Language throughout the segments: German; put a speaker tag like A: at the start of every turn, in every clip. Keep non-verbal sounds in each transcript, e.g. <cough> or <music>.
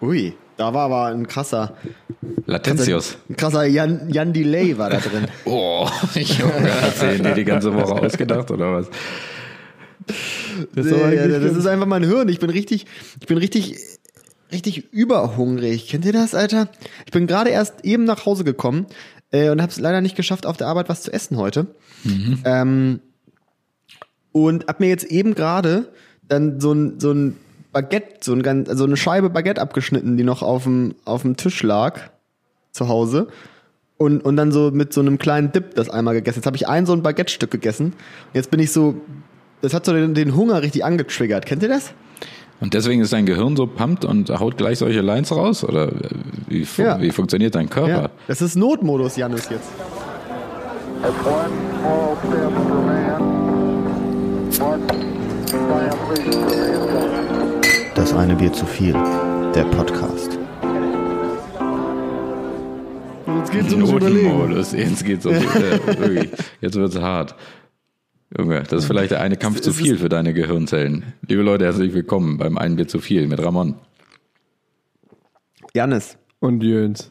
A: Ui, da war aber ein krasser.
B: Latentius.
A: Ein krasser Jan, Jan Delay war da drin.
B: Oh, Junge, hat sie dir die ganze Woche ausgedacht oder was?
A: <laughs> Das ist, ja, das ist einfach mein Hirn. Ich bin richtig, ich bin richtig, richtig überhungrig. Kennt ihr das, Alter? Ich bin gerade erst eben nach Hause gekommen äh, und habe es leider nicht geschafft, auf der Arbeit was zu essen heute. Ähm, und hab mir jetzt eben gerade dann so ein, so ein Baguette, so, ein ganz, so eine Scheibe Baguette abgeschnitten, die noch auf dem, auf dem Tisch lag zu Hause. Und, und dann so mit so einem kleinen Dip das einmal gegessen. Jetzt habe ich ein so ein Baguette-Stück gegessen. Und jetzt bin ich so, das hat so den, den Hunger richtig angetriggert. Kennt ihr das?
B: Und deswegen ist dein Gehirn so pumpt und haut gleich solche Lines raus? Oder wie, fu
A: Ja.
B: wie funktioniert dein Körper?
A: Ja. Das ist Notmodus, Janus, jetzt.
C: That's one small step for man, one giant leap for mankind.
A: Das eine Bier zu viel. Der Podcast. Jetzt geht's ums Überlegen.
B: Notenmodus. Jetzt geht's um die, äh, wirklich. Jetzt wird's hart. Junge, das ist vielleicht der eine Kampf zu
A: es
B: viel für deine Gehirnzellen. Liebe Leute, herzlich willkommen beim Ein Bier zu viel mit Ramon.
A: Jannis.
D: Und Jöns.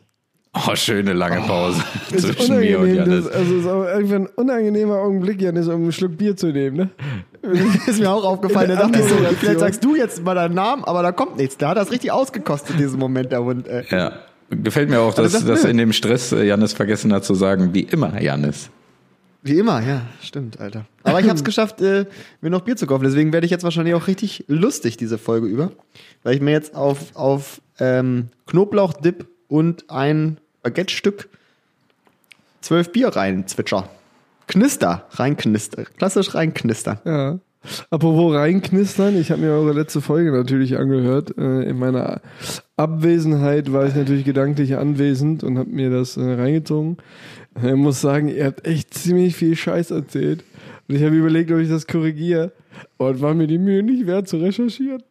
B: Oh, schöne lange Pause zwischen mir und
D: unangenehm,
B: Janis.
D: Das, also ist auch irgendwann ein unangenehmer Augenblick, Janis, um einen Schluck Bier zu nehmen, ne?
A: <laughs> Ist mir auch aufgefallen. Da
D: Eine
A: dachte ich <laughs> so,
D: andere Reaktion.
A: vielleicht sagst du jetzt mal deinen Namen, aber da kommt nichts. Da hat das richtig ausgekostet, diesen Moment, der Hund. Ey.
B: Ja. Gefällt mir auch, dass,
A: das-
B: dass in dem Stress äh, Janis vergessen hat zu sagen, wie immer Janis.
A: Wie immer, ja, stimmt, Alter. Aber ich habe <laughs> es geschafft, äh, mir noch Bier zu kaufen. Deswegen werde ich jetzt wahrscheinlich auch richtig lustig diese Folge über, weil ich mir jetzt auf, auf ähm, Knoblauchdip und ein Baguette-Stück zwölf Bier rein zwitscher. Knister, rein knister, klassisch rein knistern.
D: Ja. Apropos reinknistern, ich habe mir eure letzte Folge natürlich angehört. Äh, in meiner Abwesenheit war ich natürlich gedanklich anwesend und habe mir das äh, reingezogen. Äh, muss sagen, ihr habt echt ziemlich viel Scheiß erzählt. Und ich habe überlegt, ob ich das korrigiere. Und war mir die Mühe nicht wert zu recherchieren.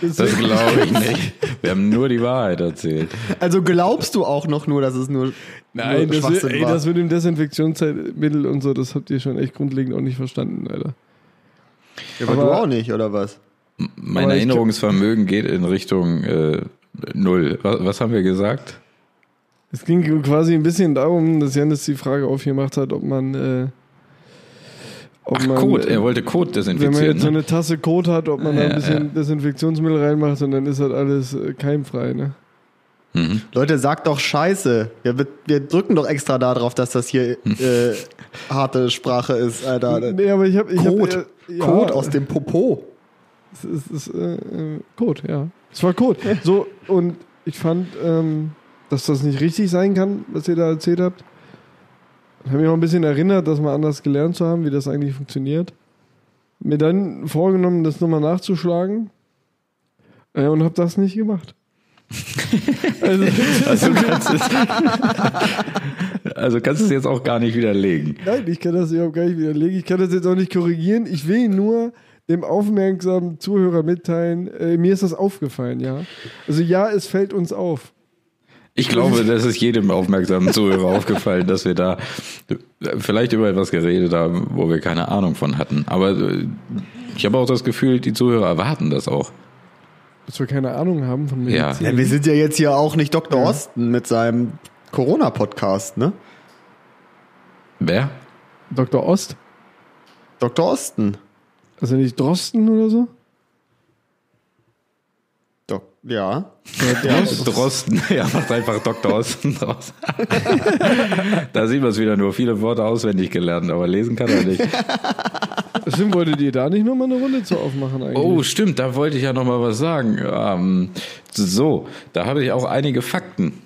B: Das
D: Deswegen-
B: glaube ich nicht. <laughs> Wir haben nur die Wahrheit erzählt.
A: Also glaubst du auch noch nur, dass es nur
D: Nein,
A: nur
D: das, wird,
A: Schwachsinn
D: ey,
A: war?
D: das mit dem Desinfektionsmittel und so, das habt ihr schon echt grundlegend auch nicht verstanden, Alter.
A: ja, aber du
D: aber-
A: auch nicht, oder was?
B: Mein
D: Aber ich-
B: Erinnerungsvermögen geht in Richtung äh, Null. Was, was haben wir gesagt?
D: Es ging quasi ein bisschen darum, dass Janis die Frage aufgemacht hat, ob man. Äh, ob
B: Ach,
D: man,
B: Code.
D: äh,
B: Er wollte Code
D: Wenn man
B: desinfizieren.
D: jetzt so
B: ne?
D: eine Tasse Kot hat, ob man da
B: Ja,
D: ein bisschen Desinfektionsmittel reinmacht und dann ist halt alles äh, keimfrei, ne?
A: Leute, sagt doch Scheiße. Wir, wir- wir drücken doch extra darauf, dass das <laughs> hier äh, harte Sprache ist, Alter.
D: Nee, aber ich habe. Ich
A: Kot.
D: Hab, äh, ja,
A: Kot aus dem Popo.
D: Es ist, es ist äh, äh, Kot, ja. Es war Kot. So, und ich fand, ähm, dass das nicht richtig sein kann, was ihr da erzählt habt. Ich habe mich auch ein bisschen erinnert, das mal anders gelernt zu haben, wie das eigentlich funktioniert. Mir dann vorgenommen, das nochmal nachzuschlagen. Äh, und habe das nicht gemacht. also,
B: Also
D: <laughs>
B: kannst du es, also kannst du es jetzt auch gar nicht widerlegen.
D: nein, ich kann das überhaupt gar nicht widerlegen. Ich kann das jetzt auch nicht korrigieren. Ich will nur dem aufmerksamen Zuhörer mitteilen, äh, mir ist das aufgefallen, ja. Also ja, es fällt uns auf.
B: Ich glaube, das ist jedem aufmerksamen Zuhörer aufgefallen, dass wir da vielleicht über etwas geredet haben, wo wir keine Ahnung von hatten. Aber äh, ich habe auch das Gefühl, die Zuhörer erwarten das auch.
D: Dass wir keine Ahnung haben von
B: Ja.
D: Medizin.
A: Ja, wir sind ja jetzt hier auch nicht Dr. Osten mit seinem Corona-Podcast, ne?
B: Wer?
D: Dr. Ost?
A: Dr. Osten.
D: Also nicht Drosten oder so?
A: Dok ja. <laughs>
B: Drosten. <laughs> Ja, macht einfach Dr. Osten draus. <laughs> da sieht man es wieder nur. Viele Worte auswendig gelernt, aber lesen kann er nicht.
D: Stimmt, wolltet ihr da nicht nochmal eine Runde zu aufmachen eigentlich?
B: Oh, stimmt, da wollte ich ja noch mal was sagen. Ähm, so, da habe ich auch einige Fakten.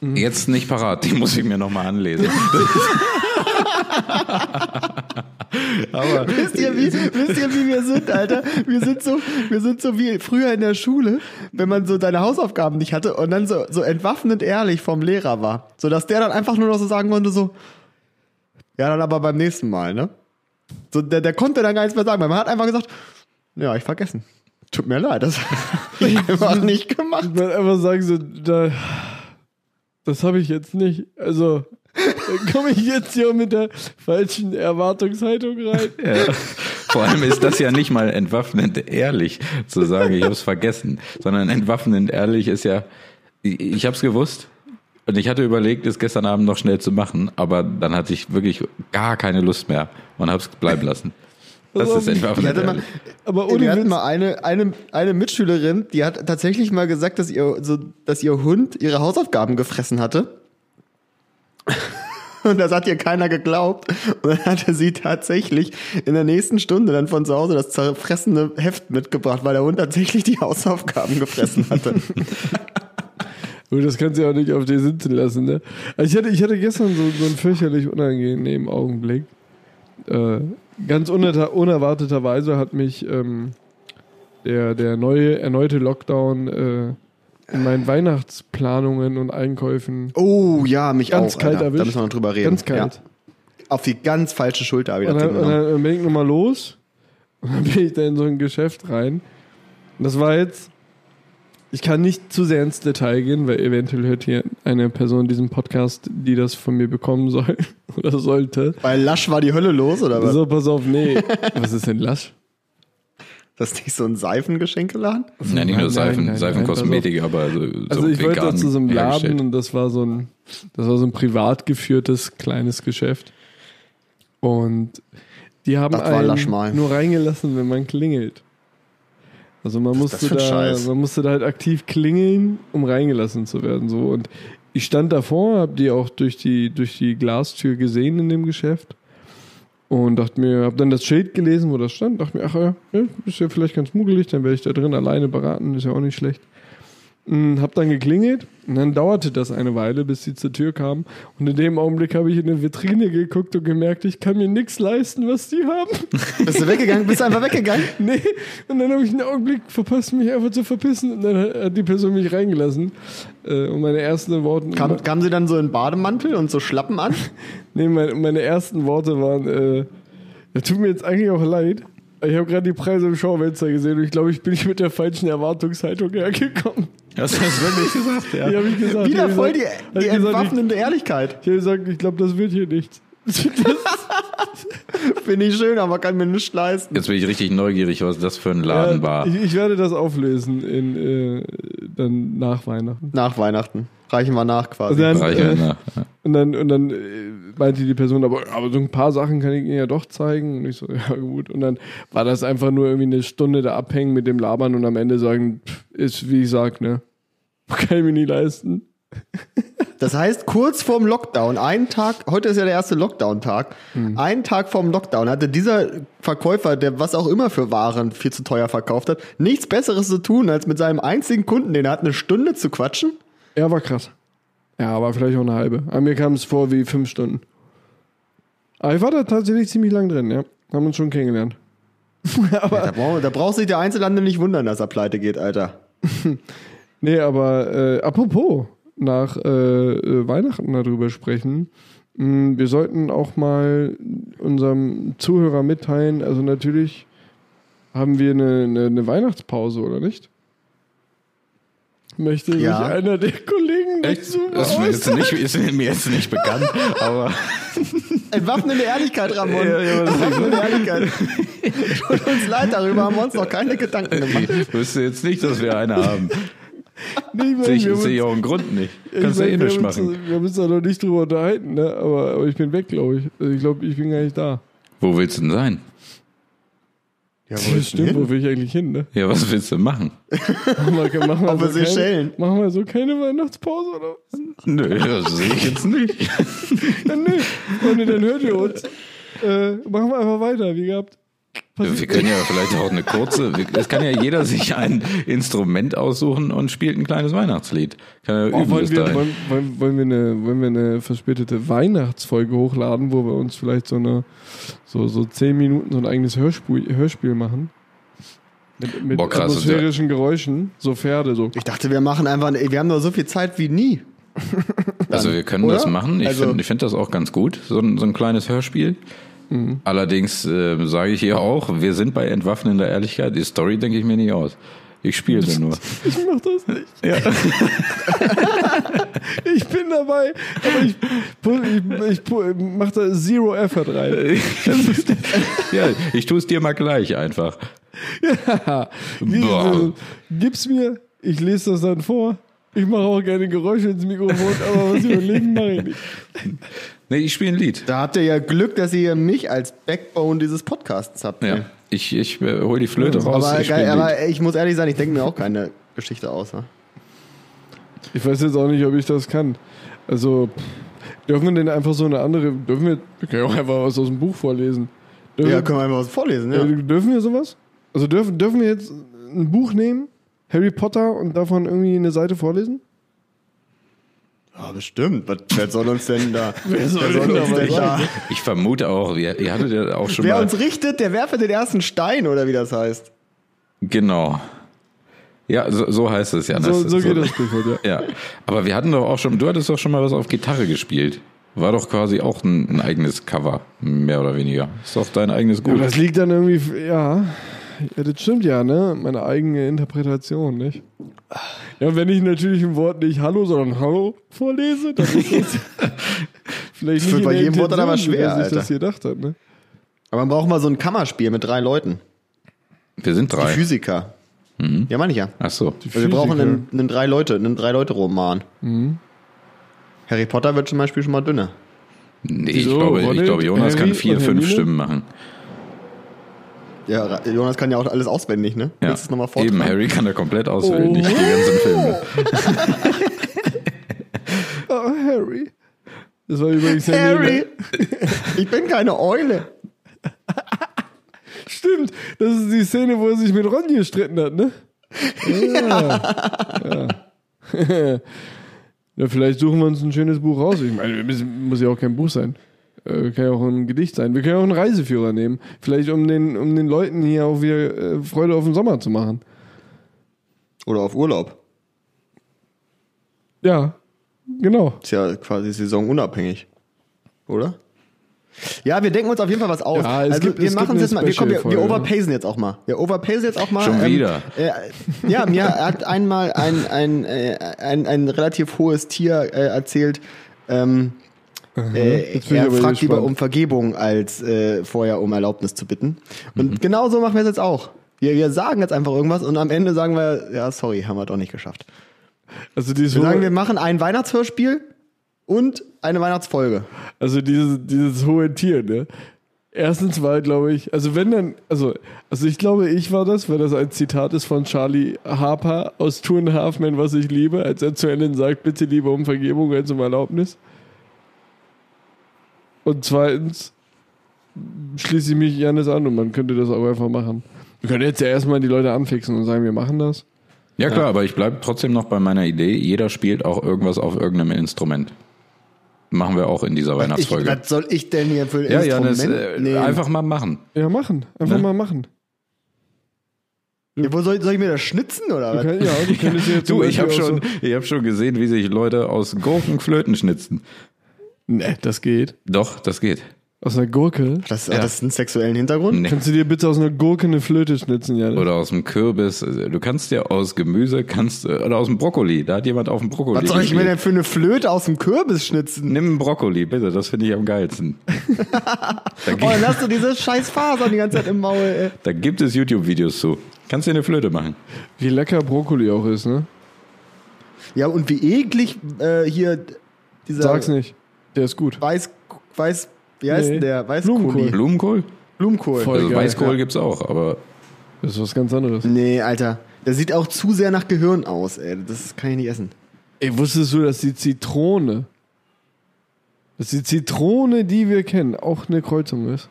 B: Jetzt nicht parat, die muss ich mir noch mal anlesen. Aber
A: Wisst ihr, wie, wisst ihr, wie wir sind, Alter? Wir sind, so, wir sind so wie früher in der Schule, wenn man so deine Hausaufgaben nicht hatte und dann so, so entwaffnend ehrlich vom Lehrer war. Sodass der dann einfach nur noch so sagen konnte, so, ja, dann aber beim nächsten Mal, ne? So, der, der konnte dann gar nichts mehr sagen, weil man hat einfach gesagt, ja, ich vergessen. Tut mir leid, das <laughs> hab ich einfach nicht gemacht.
D: Ich meine, einfach sagen so, da, das habe ich jetzt nicht. Also, <laughs> da komme ich jetzt hier mit der falschen Erwartungshaltung rein.
B: ja, Äh, Vor allem ist das ja nicht mal entwaffnend ehrlich zu sagen, ich habe es vergessen, sondern entwaffnend ehrlich ist ja, ich, ich habe es gewusst und ich hatte überlegt, es gestern Abend noch schnell zu machen, aber dann hatte ich wirklich gar keine Lust mehr und habe es bleiben lassen. Das
D: Also,
B: ist
A: Ich
B: entwaffnend
A: Ähm, hatte mal,
B: ehrlich.
D: Aber
A: wir
D: ohne
A: hatten
D: Witz,
A: mal eine, eine, eine Mitschülerin, die hat tatsächlich mal gesagt, dass ihr, so, dass ihr Hund ihre Hausaufgaben gefressen hatte. <laughs> Und das hat ihr keiner geglaubt. Und dann hatte sie tatsächlich in der nächsten Stunde dann von zu Hause das zerfressene Heft mitgebracht, weil der Hund tatsächlich die Hausaufgaben gefressen hatte.
D: aber das kannst du ja auch nicht auf dir sitzen lassen, ne? Also ich hatte, ich hatte gestern so, so einen fürchterlich unangenehmen Augenblick. Äh, ganz unerta- unerwarteterweise hat mich ähm, der, der neue, erneute Lockdown äh, in meinen Weihnachtsplanungen und Einkäufen
A: <laughs> Oh ja, mich
D: Ganz
A: auch.
D: kalt
A: Alter. Da
D: erwischt.
A: müssen wir noch drüber reden.
D: ganz kalt.
A: Ja. Auf die ganz falsche Schulter wieder. ne?
D: Und dann, und
A: zugenommen.
D: dann bin ich nochmal los. Und dann bin ich da in so ein Geschäft rein. Und das war jetzt. Ich kann nicht zu sehr ins Detail gehen, weil eventuell hört hier eine Person diesen Podcast, die das von mir bekommen soll <laughs> oder sollte.
A: Bei Lasch war die Hölle los, oder was?
D: So, pass auf, nee. Was ist denn Lasch?
A: Das ist nicht so ein Seifengeschenkeladen?
B: Nein, nicht
D: Nein,
B: nur
D: nein, nein,
B: Seifen,
D: nein,
B: Seifenkosmetik, aber so, so
D: Also ich wollte da
B: vegan
D: zu so einem
B: hergestellt.
D: Laden und das war so ein, das war so ein privat geführtes kleines Geschäft. Und die haben
A: Das war lasch mal.
D: einen nur reingelassen, wenn man klingelt. Also man
A: Was ist
D: musste
A: das für ein
D: da,
A: Scheiß?
D: man musste da halt aktiv klingeln, um reingelassen zu werden. So und ich stand davor, habe die auch durch die durch die Glastür gesehen in dem Geschäft und dachte mir, habe dann das Schild gelesen, wo das stand, dachte mir, ach ja, ja, ist ja vielleicht ganz muggelig, dann werde ich da drin alleine beraten, ist ja auch nicht schlecht. Mm, hab dann geklingelt und dann dauerte das eine Weile, bis sie zur Tür kamen. Und in dem Augenblick habe ich in eine Vitrine geguckt und gemerkt, ich kann mir nichts leisten, was die haben.
A: Bist du weggegangen? Bist du einfach weggegangen?
D: <laughs> nee. Und dann habe ich einen Augenblick verpasst, mich einfach zu verpissen. Und dann hat hat die Person mich reingelassen. Äh, Und meine ersten
A: <laughs>
D: Worte.
A: Kam, kam sie dann so in Bademantel und so Schlappen <laughs> an?
D: Nee, meine, meine ersten Worte waren, äh, ja, tut mir jetzt eigentlich auch leid. Ich habe gerade die Preise im Schaufenster gesehen und ich glaube, ich bin mit der falschen Erwartungshaltung hergekommen.
B: Hast du das wirklich gesagt? Ja.
D: Die habe ich gesagt.
A: Wieder
D: Die hab
A: voll
D: ich
A: die,
D: gesagt- hab
A: die
D: ich gesagt, ich-
A: entwaffnende Ehrlichkeit.
D: Ich habe gesagt, ich glaube, das wird hier nichts.
A: Finde ich schön, aber kann mir nicht leisten.
B: Jetzt bin ich richtig neugierig, was das für ein Laden war.
D: ich, ich werde das auflösen in, äh, dann nach Weihnachten.
A: Nach Weihnachten. Reichen wir nach quasi.
D: Und dann,
B: Reicher,
D: äh,
B: ne?
D: und dann, und dann äh, meinte die Person, aber, aber so ein paar Sachen kann ich ihr ja doch zeigen. Und ich so, <laughs> ja gut. Und dann war das einfach nur irgendwie eine Stunde da abhängen mit dem Labern und am Ende sagen, pff, ist wie ich sag, ne? <laughs> Kann ich mir nie leisten.
A: Das heißt, kurz vorm Lockdown, einen Tag, heute ist ja der erste Lockdown-Tag, einen Tag vorm Lockdown hatte dieser Verkäufer, der was auch immer für Waren viel zu teuer verkauft hat, nichts Besseres zu tun, als mit seinem einzigen Kunden, den er hat, eine Stunde zu quatschen.
D: Ja, war krass. Ja, aber vielleicht auch eine halbe. Aber mir kam es vor wie fünf Stunden. Aber ich war da tatsächlich ziemlich lang drin, ja. Haben uns schon kennengelernt.
A: Da, brauch, da braucht sich der Einzelhandel nicht wundern, dass er pleite geht, Alter. <laughs>
D: Nee, aber äh, apropos, nach äh, äh, Weihnachten darüber sprechen, mh, wir sollten auch mal unserem Zuhörer mitteilen, also natürlich haben wir eine, eine, eine Weihnachtspause, oder nicht? Möchte
A: Ja.
D: sich einer der Kollegen dazu
B: Das
D: äußern?
B: ist, mir jetzt nicht, ist mir jetzt nicht bekannt, aber
A: Entwaffnende Ehrlichkeit, Ramon.
B: Ja, ja, was soll ich
A: Entwaffnende Ehrlichkeit. Tut uns leid, darüber haben wir uns noch keine Gedanken gemacht.
B: ich wüsste jetzt nicht, dass wir eine haben.
D: Nee, ich meine,
B: Sehe ich,
D: wir haben
B: sehe ich
D: uns-
B: auch einen Grund nicht.
D: ich
B: Kannst du
D: meine,
B: eh
D: wir
B: nicht
D: haben uns-
B: machen.
D: Wir haben uns da noch nicht drüber unterhalten, ne? aber, aber ich bin weg, glaube ich. Also ich glaube, ich bin gar nicht da.
B: Wo willst du denn sein?
A: Ja,
D: Stimmt, wo will ich eigentlich
A: <laughs>
D: hin, ne?
B: Ja, was willst du machen?
D: Mal- Machen wir,
A: Auf den
D: keine,
A: Seychellen.
D: machen wir so keine Weihnachtspause oder was?
B: Nö, das sehe ich jetzt nicht.
D: Ja, nee. Freunde, dann hört ihr uns. Äh, machen wir einfach weiter, wie gehabt.
B: Wir können <laughs> ja vielleicht auch eine kurze. wir- Es kann ja jeder sich ein Instrument aussuchen und spielt ein kleines Weihnachtslied. Kann ja
D: Oh,
B: üben
D: wollen,
B: bis
D: wir,
B: dahin.
D: wollen, wollen, wollen, wir eine, wollen wir eine verspätete Weihnachtsfolge hochladen, wo wir uns vielleicht so eine so, so 10 Minuten so ein eigenes Hörspiel, Hörspiel machen? Mit, mit
B: Boah, krass, also- das wär-
D: atmosphärischen Geräuschen, so Pferde, so.
A: Ich dachte, wir machen einfach, ey, wir haben nur so viel Zeit wie nie.
B: Also wir können
A: oder?
B: das machen. Ich
A: Also-
B: finde ich find das auch ganz gut, so ein, so ein kleines Hörspiel. Allerdings äh, sage ich hier auch, wir sind bei entwaffnender Ehrlichkeit. Die Story denke ich mir nicht aus. Ich spiele sie nur.
D: Ich mach das nicht.
B: Ja.
D: <laughs> Ich bin dabei, aber ich, pu- ich, ich pu- mach da zero effort rein.
B: Das ist- <laughs> ja, ich tue es dir mal gleich einfach. Boah.
D: Gib's mir, ich lese das dann vor. Ich mache auch gerne Geräusche ins Mikrofon, aber was überlegen mache ich nicht.
B: Nee, ich spiele ein Lied.
A: Da habt ihr ja Glück, dass ihr mich als Backbone dieses Podcasts habt.
B: Ja. Ich, ich äh, hol die Flöte raus.
A: aber,
B: ich
A: geil,
B: spiel ein Lied.
A: aber ich muss ehrlich sein, ich denke mir auch keine Geschichte aus. Ne?
D: Ich weiß jetzt auch nicht, ob ich das kann. Also, pff, dürfen wir denn einfach so eine andere, dürfen wir, wir können auch einfach was aus dem Buch vorlesen. Dürfen,
A: Ja,
D: wir-
A: können wir einfach was vorlesen. Ja.
D: äh, dürfen wir sowas? Also dürfen, dürfen wir jetzt ein Buch nehmen, Harry Potter und davon irgendwie eine Seite vorlesen?
A: ja, bestimmt. Was, wer soll uns denn da?
D: Wer soll denn da was sagen?
B: ich vermute auch, ihr, ihr hattet ja auch schon
A: Wer
B: mal.
A: uns richtet, der werfe den ersten Stein, oder wie das heißt.
B: Genau. Ja, so, so heißt es ja.
D: So,
B: Das-
D: so <laughs> geht das Sprichwort,
B: Ja,
D: ja.
B: aber wir hatten doch auch schon, du hattest doch schon mal was auf Gitarre gespielt. War doch quasi auch ein, ein eigenes Cover, mehr oder weniger. Ist doch dein eigenes
D: Aber
B: Gut.
D: das liegt dann irgendwie, ja, ja, das stimmt ja, ne? Meine eigene Interpretation, nicht? Ja, und wenn ich natürlich im Wort nicht Hallo, sondern Hallo vorlese, dann ist das
A: <laughs>
D: vielleicht
A: wird
D: nicht in
A: bei
D: der
A: jedem Wort dann aber
D: Intention, wie
A: schwer,
D: man sich das
A: Alter.
D: gedacht hat, ne?
A: Aber man braucht mal so ein Kammerspiel mit drei Leuten.
B: Wir sind
A: Die
B: drei.
A: Physiker. Ja, meine ich ja.
B: Ach so.
A: Also wir
D: Physiker.
A: brauchen einen, einen drei Leute, einen drei Leute Roman. Harry Potter wird zum Beispiel schon mal dünner.
B: Nee, ich
D: Wieso?
B: glaube, ich
D: Ronald,
B: glaube Jonas kann
D: Harry
B: vier,
D: und
B: fünf
D: Hermine?
B: Stimmen machen.
A: Ja, Ra- Jonas kann ja auch alles auswendig, ne?
B: Ja.
A: Willst du es nochmal vortragen?
B: Eben, Harry kann er komplett auswendig, die
D: Oh.
B: ganzen Filme.
D: Oh, Harry. Das war übrigens
A: Harry! <laughs>
D: Hermine.
A: ich bin keine Eule.
D: Stimmt, das ist die Szene, wo er sich mit Ron gestritten hat, ne? Ja. ja. <laughs> ja vielleicht suchen wir uns ein schönes Buch raus. Ich meine, wir müssen, muss ja auch kein Buch sein. Äh, kann ja auch ein Gedicht sein. Wir können ja auch einen Reiseführer nehmen. Vielleicht, um den, um den Leuten hier auch wieder äh, Freude auf den Sommer zu machen.
A: Oder auf Urlaub.
D: Ja, genau.
A: Ist ja quasi saisonunabhängig. Oder? Ja, wir denken uns auf jeden Fall was aus.
D: Ja, es
A: also
D: gibt-
A: wir
D: es gibt
A: machen
D: eine
A: jetzt mal, wir, kommen, wir, wir
D: Special-Folge.
A: overpacen jetzt auch mal. Wir overpacen jetzt auch mal.
B: Schon wieder.
A: Äh, ja, mir hat einmal ein, ein, äh, ein, ein relativ hohes Tier äh, erzählt, ähm, äh,
D: jetzt bin ich
A: er
D: aber
A: fragt lieber
D: gespannt.
A: um Vergebung, als äh, vorher um Erlaubnis zu bitten. Und
D: Mhm.
A: genau so machen wir es jetzt auch. Wir, wir sagen jetzt einfach irgendwas und am Ende sagen wir, ja, sorry, haben wir doch nicht geschafft.
D: Also dieses,
A: Wir sagen, wir
D: hohe,
A: machen ein Weihnachtshörspiel und eine Weihnachtsfolge.
D: also dieses, dieses hohe Tier, ne? Erstens war, glaube ich, also wenn dann, also, also ich glaube, ich war das, weil das ein Zitat ist von Charlie Harper aus Two and a Half Men, was ich liebe, als er zu Ellen sagt, bitte lieber um Vergebung als um Erlaubnis. Und zweitens schließe ich mich Janis an und man könnte das auch einfach machen. Wir können jetzt ja erstmal die Leute anfixen und sagen, wir machen das.
B: Ja klar, aber ich bleibe trotzdem noch bei meiner Idee. Jeder spielt auch irgendwas auf irgendeinem Instrument. Machen wir auch in dieser
A: Ich,
B: Weihnachtsfolge.
A: was soll ich denn hier für ein
B: ja,
A: Instrument
B: Janis, äh,
A: nehmen?
B: einfach mal machen.
D: Ja, machen. Einfach
B: Ne?
D: mal machen.
A: ja, wo soll, soll ich mir das schnitzen oder was?
D: Okay, ja, <laughs> du könntest ja zum
B: Du, ich habe
D: Beispiel auch
B: schon,
D: So,
B: ich hab schon gesehen, wie sich Leute aus Gurken Flöten schnitzen.
D: ne, das geht.
B: Doch, das geht.
D: Aus einer Gurke.
A: Das, hat das einen sexuellen Hintergrund?
B: Nee.
D: Kannst du dir bitte aus einer Gurke eine Flöte schnitzen, Janis?
B: Oder aus dem Kürbis. Du kannst ja aus Gemüse, kannst äh, oder aus dem Brokkoli. Da hat jemand auf dem Brokkoli.
A: Was soll ich mir
B: gespielt.
A: denn für eine Flöte aus dem Kürbis schnitzen?
B: Nimm einen Brokkoli, bitte. Das finde ich
A: <laughs>
B: am geilsten. da,
A: Oh, dann
B: gibt,
A: hast du
D: <laughs>
A: diese scheiß Fasern die ganze Zeit im Maul. Ey.
B: da gibt es YouTube-Videos zu. Kannst dir eine Flöte machen.
D: Wie lecker Brokkoli auch ist, ne?
A: Ja, und wie eklig äh, hier dieser
D: Sag's nicht. Der ist gut.
A: weiß, weiß, wie heißt denn
D: Nee.
A: der? Weiß
D: Blumenkohl.
B: Blumenkohl?
A: Blumenkohl.
D: Voll
B: also
D: geil,
B: Weißkohl
D: ja.
B: gibt's auch, aber
D: Das ist was ganz anderes.
A: Nee, Alter. Der sieht auch zu sehr nach Gehirn aus, ey. Das kann ich nicht essen.
D: Ey, wusstest du, dass die Zitrone, dass die Zitrone, die wir kennen, auch eine Kreuzung ist?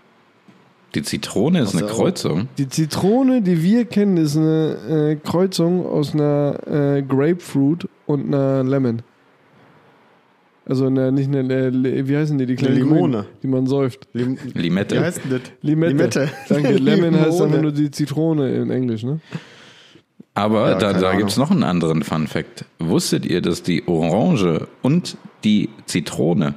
B: die Zitrone ist eine
A: der-
B: Kreuzung.
D: Die Zitrone, die wir kennen, ist eine äh, Kreuzung aus einer äh, Grapefruit und einer Lemon. Also eine, nicht eine, äh, Le- wie heißen die, die kleinen
A: Limone.
D: Grünen, die man säuft.
A: Lim
B: Limette.
A: wie heißt denn das?
D: Limette.
A: <laughs>
D: Danke, Lemon heißt einfach nur die Zitrone in Englisch, ne?
B: Aber
A: Ja,
B: da,
A: keine
B: da
A: Ahnung.
B: gibt's noch einen anderen Fun Fact. Wusstet ihr, dass die Orange und die Zitrone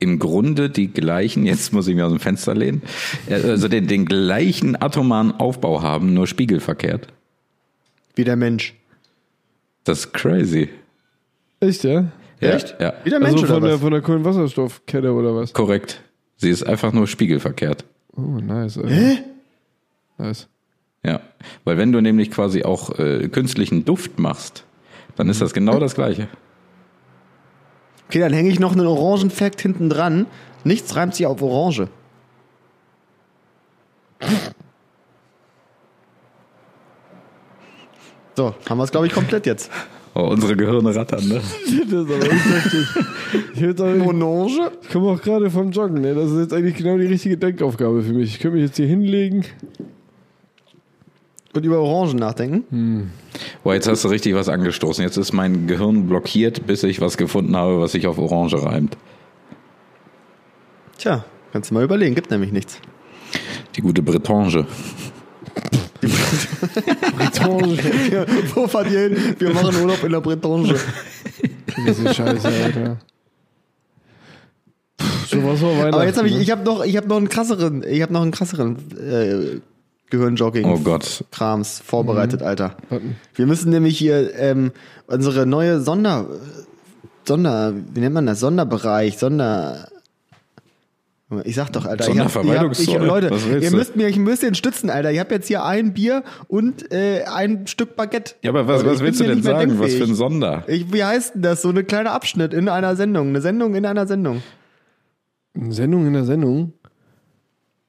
B: im Grunde die gleichen, jetzt muss ich mir aus dem Fenster lehnen, äh, also den, den gleichen atomaren Aufbau haben, nur spiegelverkehrt?
A: Wie der Mensch.
B: Das ist crazy.
D: Echt, ja?
B: Ja,
A: Echt?
B: Ja.
A: Wieder Mensch
D: Also von
A: oder
D: der,
A: was?
D: von der Kohlenwasserstoffkette oder was?
B: Korrekt. Sie ist einfach nur spiegelverkehrt.
D: Oh, nice. Hä? Nice.
B: Ja. Weil wenn du nämlich quasi auch äh, künstlichen Duft machst, dann ist das genau das Gleiche.
A: Okay, dann hänge ich noch einen Orangenfakt hinten dran. Nichts reimt sich auf Orange. So, haben wir es, glaube ich, komplett jetzt.
B: Oh, unsere Gehirne rattern, ne?
D: <laughs> Das ist aber unheftig. Ich, würd sagen,
A: Orange?
D: ich komme auch gerade vom Joggen. Ne? Das ist jetzt eigentlich genau die richtige Denkaufgabe für mich. Ich könnte mich jetzt hier hinlegen.
A: Und über Orangen nachdenken.
B: Boah, jetzt hast du richtig was angestoßen. Jetzt ist mein Gehirn blockiert, bis ich was gefunden habe, was sich auf Orange reimt.
A: Tja, kannst du mal überlegen, gibt nämlich nichts.
B: Die gute Bretange.
D: Bretange.
A: Wo fahrt ihr hin? Wir machen Urlaub in der Bretagne.
D: <laughs> Das ist scheiße, Alter. Puh, So was war Weihnachten.
A: Aber jetzt habe ich,
D: ne?
A: ich habe noch, ich habe noch einen krasseren, ich habe noch einen krasseren äh, Gehirnjogging.
B: Oh Gott.
A: Krams vorbereitet,
B: Mhm.
A: Alter.
D: Warten.
A: Wir müssen nämlich hier ähm, unsere neue Sonder, Sonder, wie nennt man das? Sonderbereich, Sonder. Ich sag doch, Alter. ich hab-
B: Sonderverwaltungszone.
A: Ich hab, ich hab, Leute,
B: Was willst
A: ihr
B: du?
A: müsst mir ein bisschen stützen, Alter. Ich habe jetzt hier ein Bier und äh, ein Stück Baguette.
B: Ja, aber was,
A: Und ich
B: was
A: bin
B: willst du
A: mir
B: denn
A: nicht mehr
B: sagen? Was für ein
A: denkfähig.
B: Sonder?
A: Ich, wie heißt denn das? So eine kleine Abschnitt in einer Sendung. Eine Sendung in einer Sendung.
D: Eine Sendung in der Sendung.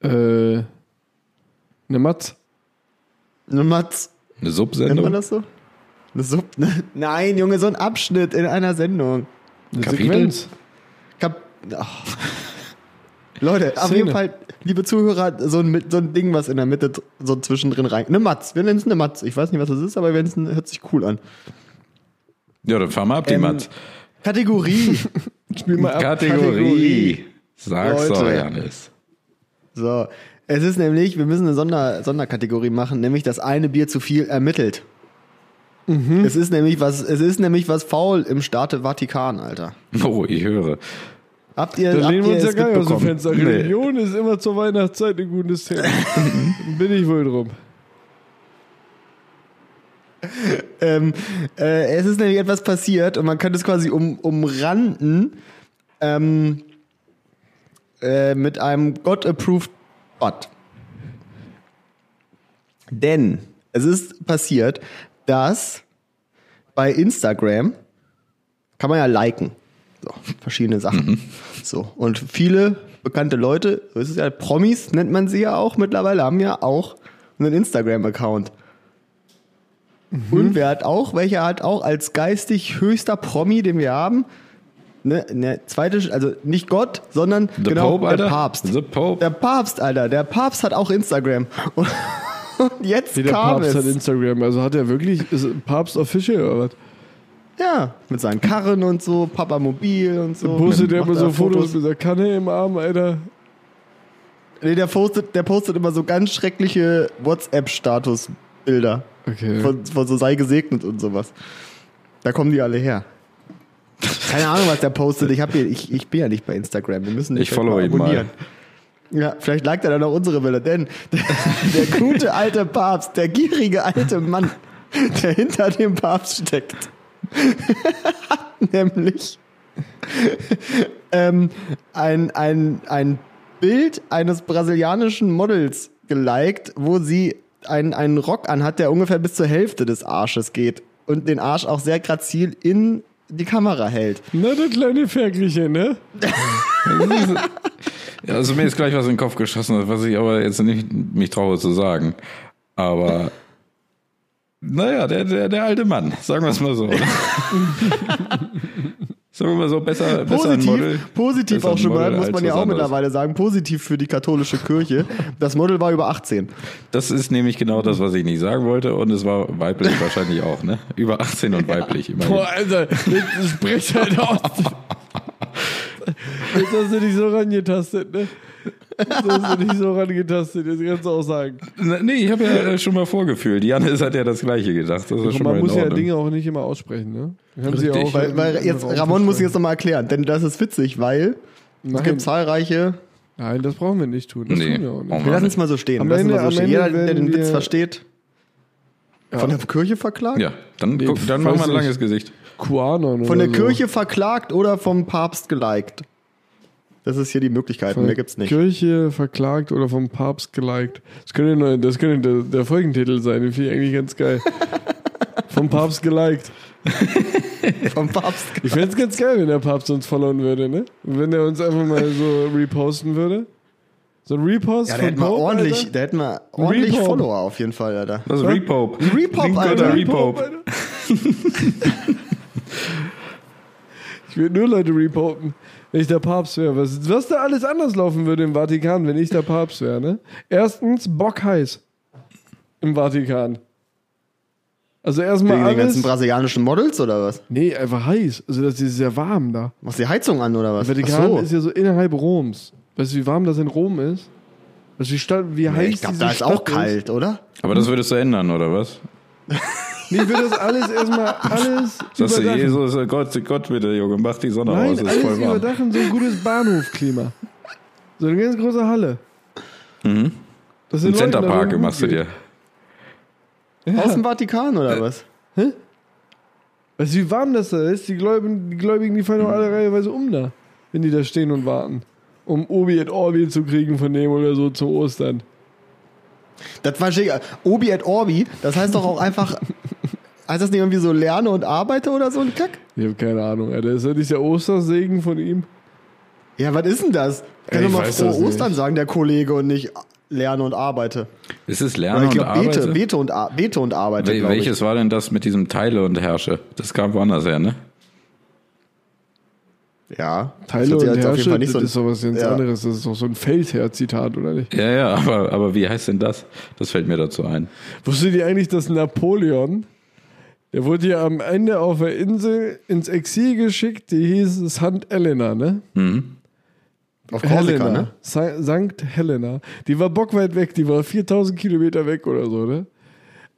D: Äh, eine Matz.
A: Eine Matz.
B: Eine
A: Nennt man
B: Subsendung?
A: das so? Eine Sub <laughs> ne? Nein, Junge, so ein Abschnitt in einer Sendung.
D: Eine
B: Kapitel?
D: Sequenz.
A: Kap Ach. Leute, auf
D: Szene.
A: jeden Fall, liebe Zuhörer, so ein, mit- so ein Ding, was in der Mitte dr- so zwischendrin rein. Eine Matz. Wir nennen es eine Matz. Ich weiß nicht, was das ist, aber wir nennen es eine- hört sich cool an.
B: Ja, dann fahren wir ab, die
A: Ähm,
B: Matz.
D: <laughs>
A: Kategorie.
D: Spiel mal ab.
B: Kategorie. Sag's
A: Leute.
B: doch, Janis. <laughs>
A: so. Es ist nämlich, wir müssen eine Sonder Sonderkategorie machen, nämlich das eine Bier zu viel ermittelt.
D: Mhm.
A: Es ist nämlich was, es ist nämlich was faul im Staate Vatikan, Alter.
B: Oh, ich höre.
A: Habt ihr,
D: Da
A: habt
D: lehnen wir
A: ihr
D: uns ja
A: es
D: gar nicht aus dem
A: mitbekommen?
D: Fenster.
B: Nee.
D: Religion ist immer zur Weihnachtszeit ein gutes <laughs> Thema. Bin ich wohl drum.
A: ähm, äh, es ist nämlich etwas passiert und man könnte es quasi um, umranden ähm, äh, mit einem God-approved But. Denn es ist passiert, dass bei Instagram kann man ja liken. So, verschiedene Sachen.
B: Mhm.
A: So, und viele bekannte Leute, so ist es ja, Promis nennt man sie ja auch mittlerweile, haben ja auch einen Instagram-Account.
B: Mhm.
A: Und wer hat auch, welcher hat auch als geistig höchster Promi, den wir haben, ne, ne zweite, also nicht Gott, sondern
B: The
A: genau
B: Pope, Alter?
A: der Papst.
B: The Pope.
A: Der Papst, Alter, der Papst hat auch Instagram. <laughs> Und jetzt
D: Wie der
A: kam
D: Papst hat
A: es.
D: Instagram. Also hat er wirklich. Ist Papst official oder was?
A: Ja, mit seinen Karren und so, Papa Mobil und so.
D: Postet der
A: Macht
D: immer so
A: da
D: Fotos mit der Kanne im Arm, Alter.
A: Nee, der postet, der postet immer so ganz schreckliche WhatsApp-Status-Bilder.
D: Okay.
A: Von, von so sei gesegnet und sowas. Da kommen die alle her. Keine Ahnung, was der postet. Ich, hab hier, ich, ich bin ja nicht bei Instagram. Wir müssen den
B: Ich
A: vielleicht
B: follow ihn mal.
A: Ja, vielleicht liked er dann auch unsere Bilder, denn der, der gute alte Papst, der gierige alte Mann, der hinter dem Papst steckt, <laughs> hat nämlich ähm, ein, ein, ein Bild eines brasilianischen Models geliked, wo sie einen, einen Rock anhat, der ungefähr bis zur Hälfte des Arsches geht und den Arsch auch sehr grazil in die Kamera hält.
D: Na, der kleine Ferkelchen, ne?
B: Ja, also mir ist gleich was in den Kopf geschossen, was ich aber jetzt nicht mich traue zu sagen. Aber naja, der, der, der alte Mann, sagen wir es mal so. <laughs> sagen wir mal so, besser, besser ein
A: Positiv,
B: Model.
A: positiv
B: besser
A: auch
B: ein
A: schon mal,
B: Model
A: muss
B: als
A: man ja
B: was
A: auch
B: anderes.
A: mittlerweile sagen, positiv für die katholische Kirche. Das Model war über 18.
B: Das ist nämlich genau das, was ich nicht sagen wollte. Und es war weiblich wahrscheinlich auch, ne? Über 18 <laughs> und weiblich immerhin.
D: Boah, Alter, jetzt spricht <laughs> halt aus. Jetzt hast du dich so rangetastet, ne? Jetzt hast du dich so rangetastet, jetzt kannst du auch sagen.
B: Na, Nee, ich habe ja äh, schon mal vorgefühlt. Janis hat ja das Gleiche gedacht. Das ist schon mal
D: Also Man
B: in
D: muss ja
B: Ordnung.
D: Dinge auch nicht immer aussprechen, ne? Wir haben
B: Richtig.
A: Weil, weil jetzt, Ramon muss jetzt nochmal erklären, denn das ist witzig, weil es
D: Nein.
A: gibt zahlreiche.
D: Nein, das brauchen wir nicht tun. Das
B: Nee,
D: tun wir auch
B: brauchen
D: nicht.
A: Wir lassen es mal so stehen.
D: Am
A: lassen
D: Ende-
A: wir so
D: am
A: stehen.
D: Ende
A: Jeder, der
D: werden
A: den Witz
D: wir-
A: versteht, Von der Kirche verklagt?
B: Ja, dann,
D: Nee,
B: guck, dann machen wir
D: weiß
B: ein
D: nicht.
B: langes Gesicht.
D: QAnon
A: Von
D: oder
A: der
D: so.
A: Kirche verklagt oder vom Papst geliked. Das ist hier die Möglichkeit,
D: Von
A: mehr
D: der
A: gibt's nicht.
D: Kirche verklagt oder vom Papst geliked. Das könnte, neu- das könnte der, der Folgentitel sein, den finde ich eigentlich ganz
A: <laughs>
D: geil. vom Papst geliked.
A: Vom Papst geliked.
D: Ich fände es ganz geil, wenn der Papst uns followen würde, ne? Und wenn er uns einfach mal so reposten würde. So ein Repost
A: Ja, da
D: von
A: hätten wir
D: Pope,
A: ordentlich,
D: Alter.
A: da hätten wir ordentlich
D: Repope.
A: Follower auf jeden Fall, Alter.
B: Das ist Repope.
A: Repope,
B: Link oder
A: Alter.
B: Repope.
D: Alter. ich würde nur Leute repopen, wenn ich der Papst wäre. Was, was da alles anders laufen würde im Vatikan, wenn ich der Papst wäre, ne? Erstens, Bock heiß im Vatikan. Also erstmal
A: Wegen den
D: alles...
A: ganzen brasilianischen Models oder was?
D: Nee, einfach heiß. Also das ist sehr warm da.
A: Machst die Heizung an oder was?
D: Vatikan
A: Ach so.
D: ist ja so innerhalb Roms. Weißt du, wie warm das in Rom ist? Also die Stadt, wie heiß
A: ich glaube,
D: diese
A: da ist
D: Stadt
A: auch kalt, oder?
B: Aber das würdest du ändern, oder was?
D: Ist. Nee, wird das alles
A: <laughs>
D: erstmal alles
B: Sagst
A: eh
B: du,
D: überdachen.
B: Jesus, äh, Gott, Gott bitte, Junge, mach die Sonne
D: Nein,
B: aus, Oh, ist
D: alles
B: voll warm.
D: überdachen, so ein gutes Bahnhofklima. So eine ganz große Halle. Mhm.
B: Ein Centerpark machst du dir.
A: Aus dem Vatikan oder was?
D: Weißt du, wie warm das da ist? Die Gläubigen, die, Gläubigen, die fallen doch alle reiheweise um da, wenn die da stehen und warten. Um Obi et Orbi zu kriegen von dem oder so zu Ostern.
A: Das war schick. Obi et Orbi, das heißt doch auch einfach. <laughs> Heißt das nicht irgendwie so lerne und arbeite oder so ein Kack?
D: Ich habe keine Ahnung, Alter. Ist das nicht der Ostersegen von ihm?
A: Ja, was ist denn das? Kann
D: Ey,
A: doch
D: ich
A: mal
D: weiß
A: frohe
D: das nicht.
A: Ostern sagen, der Kollege, und nicht lerne und arbeite.
B: Ist es
A: Oder
B: Lernen
A: ich glaube,
B: und
A: bete,
B: Arbeite?
A: bete, und, Ar- bete und arbeite,
B: Wel
A: glaube ich.
B: welches war denn das mit diesem Teile und Herrsche? Das kam woanders her, ne?
A: Ja. das
D: Teile
A: hört
D: und
A: sich jetzt auf jeden
D: Herrsche,
A: Fall nicht
D: das
A: so-
D: ist doch was ganz
A: ja.
D: anderes. Das ist doch so ein Feldherr-Zitat, oder nicht?
B: Ja, ja, aber, aber wie heißt denn das? Das fällt mir dazu ein.
D: Wusstet ihr eigentlich, dass Napoleon, der wurde ja am Ende auf der Insel ins Exil geschickt, die hieß St. Helena, ne?
A: Auf Korsika,
D: Helena.
A: ne?
D: Sa- Sankt Helena. Die war bockweit weg, die war 4000 Kilometer weg oder so, ne?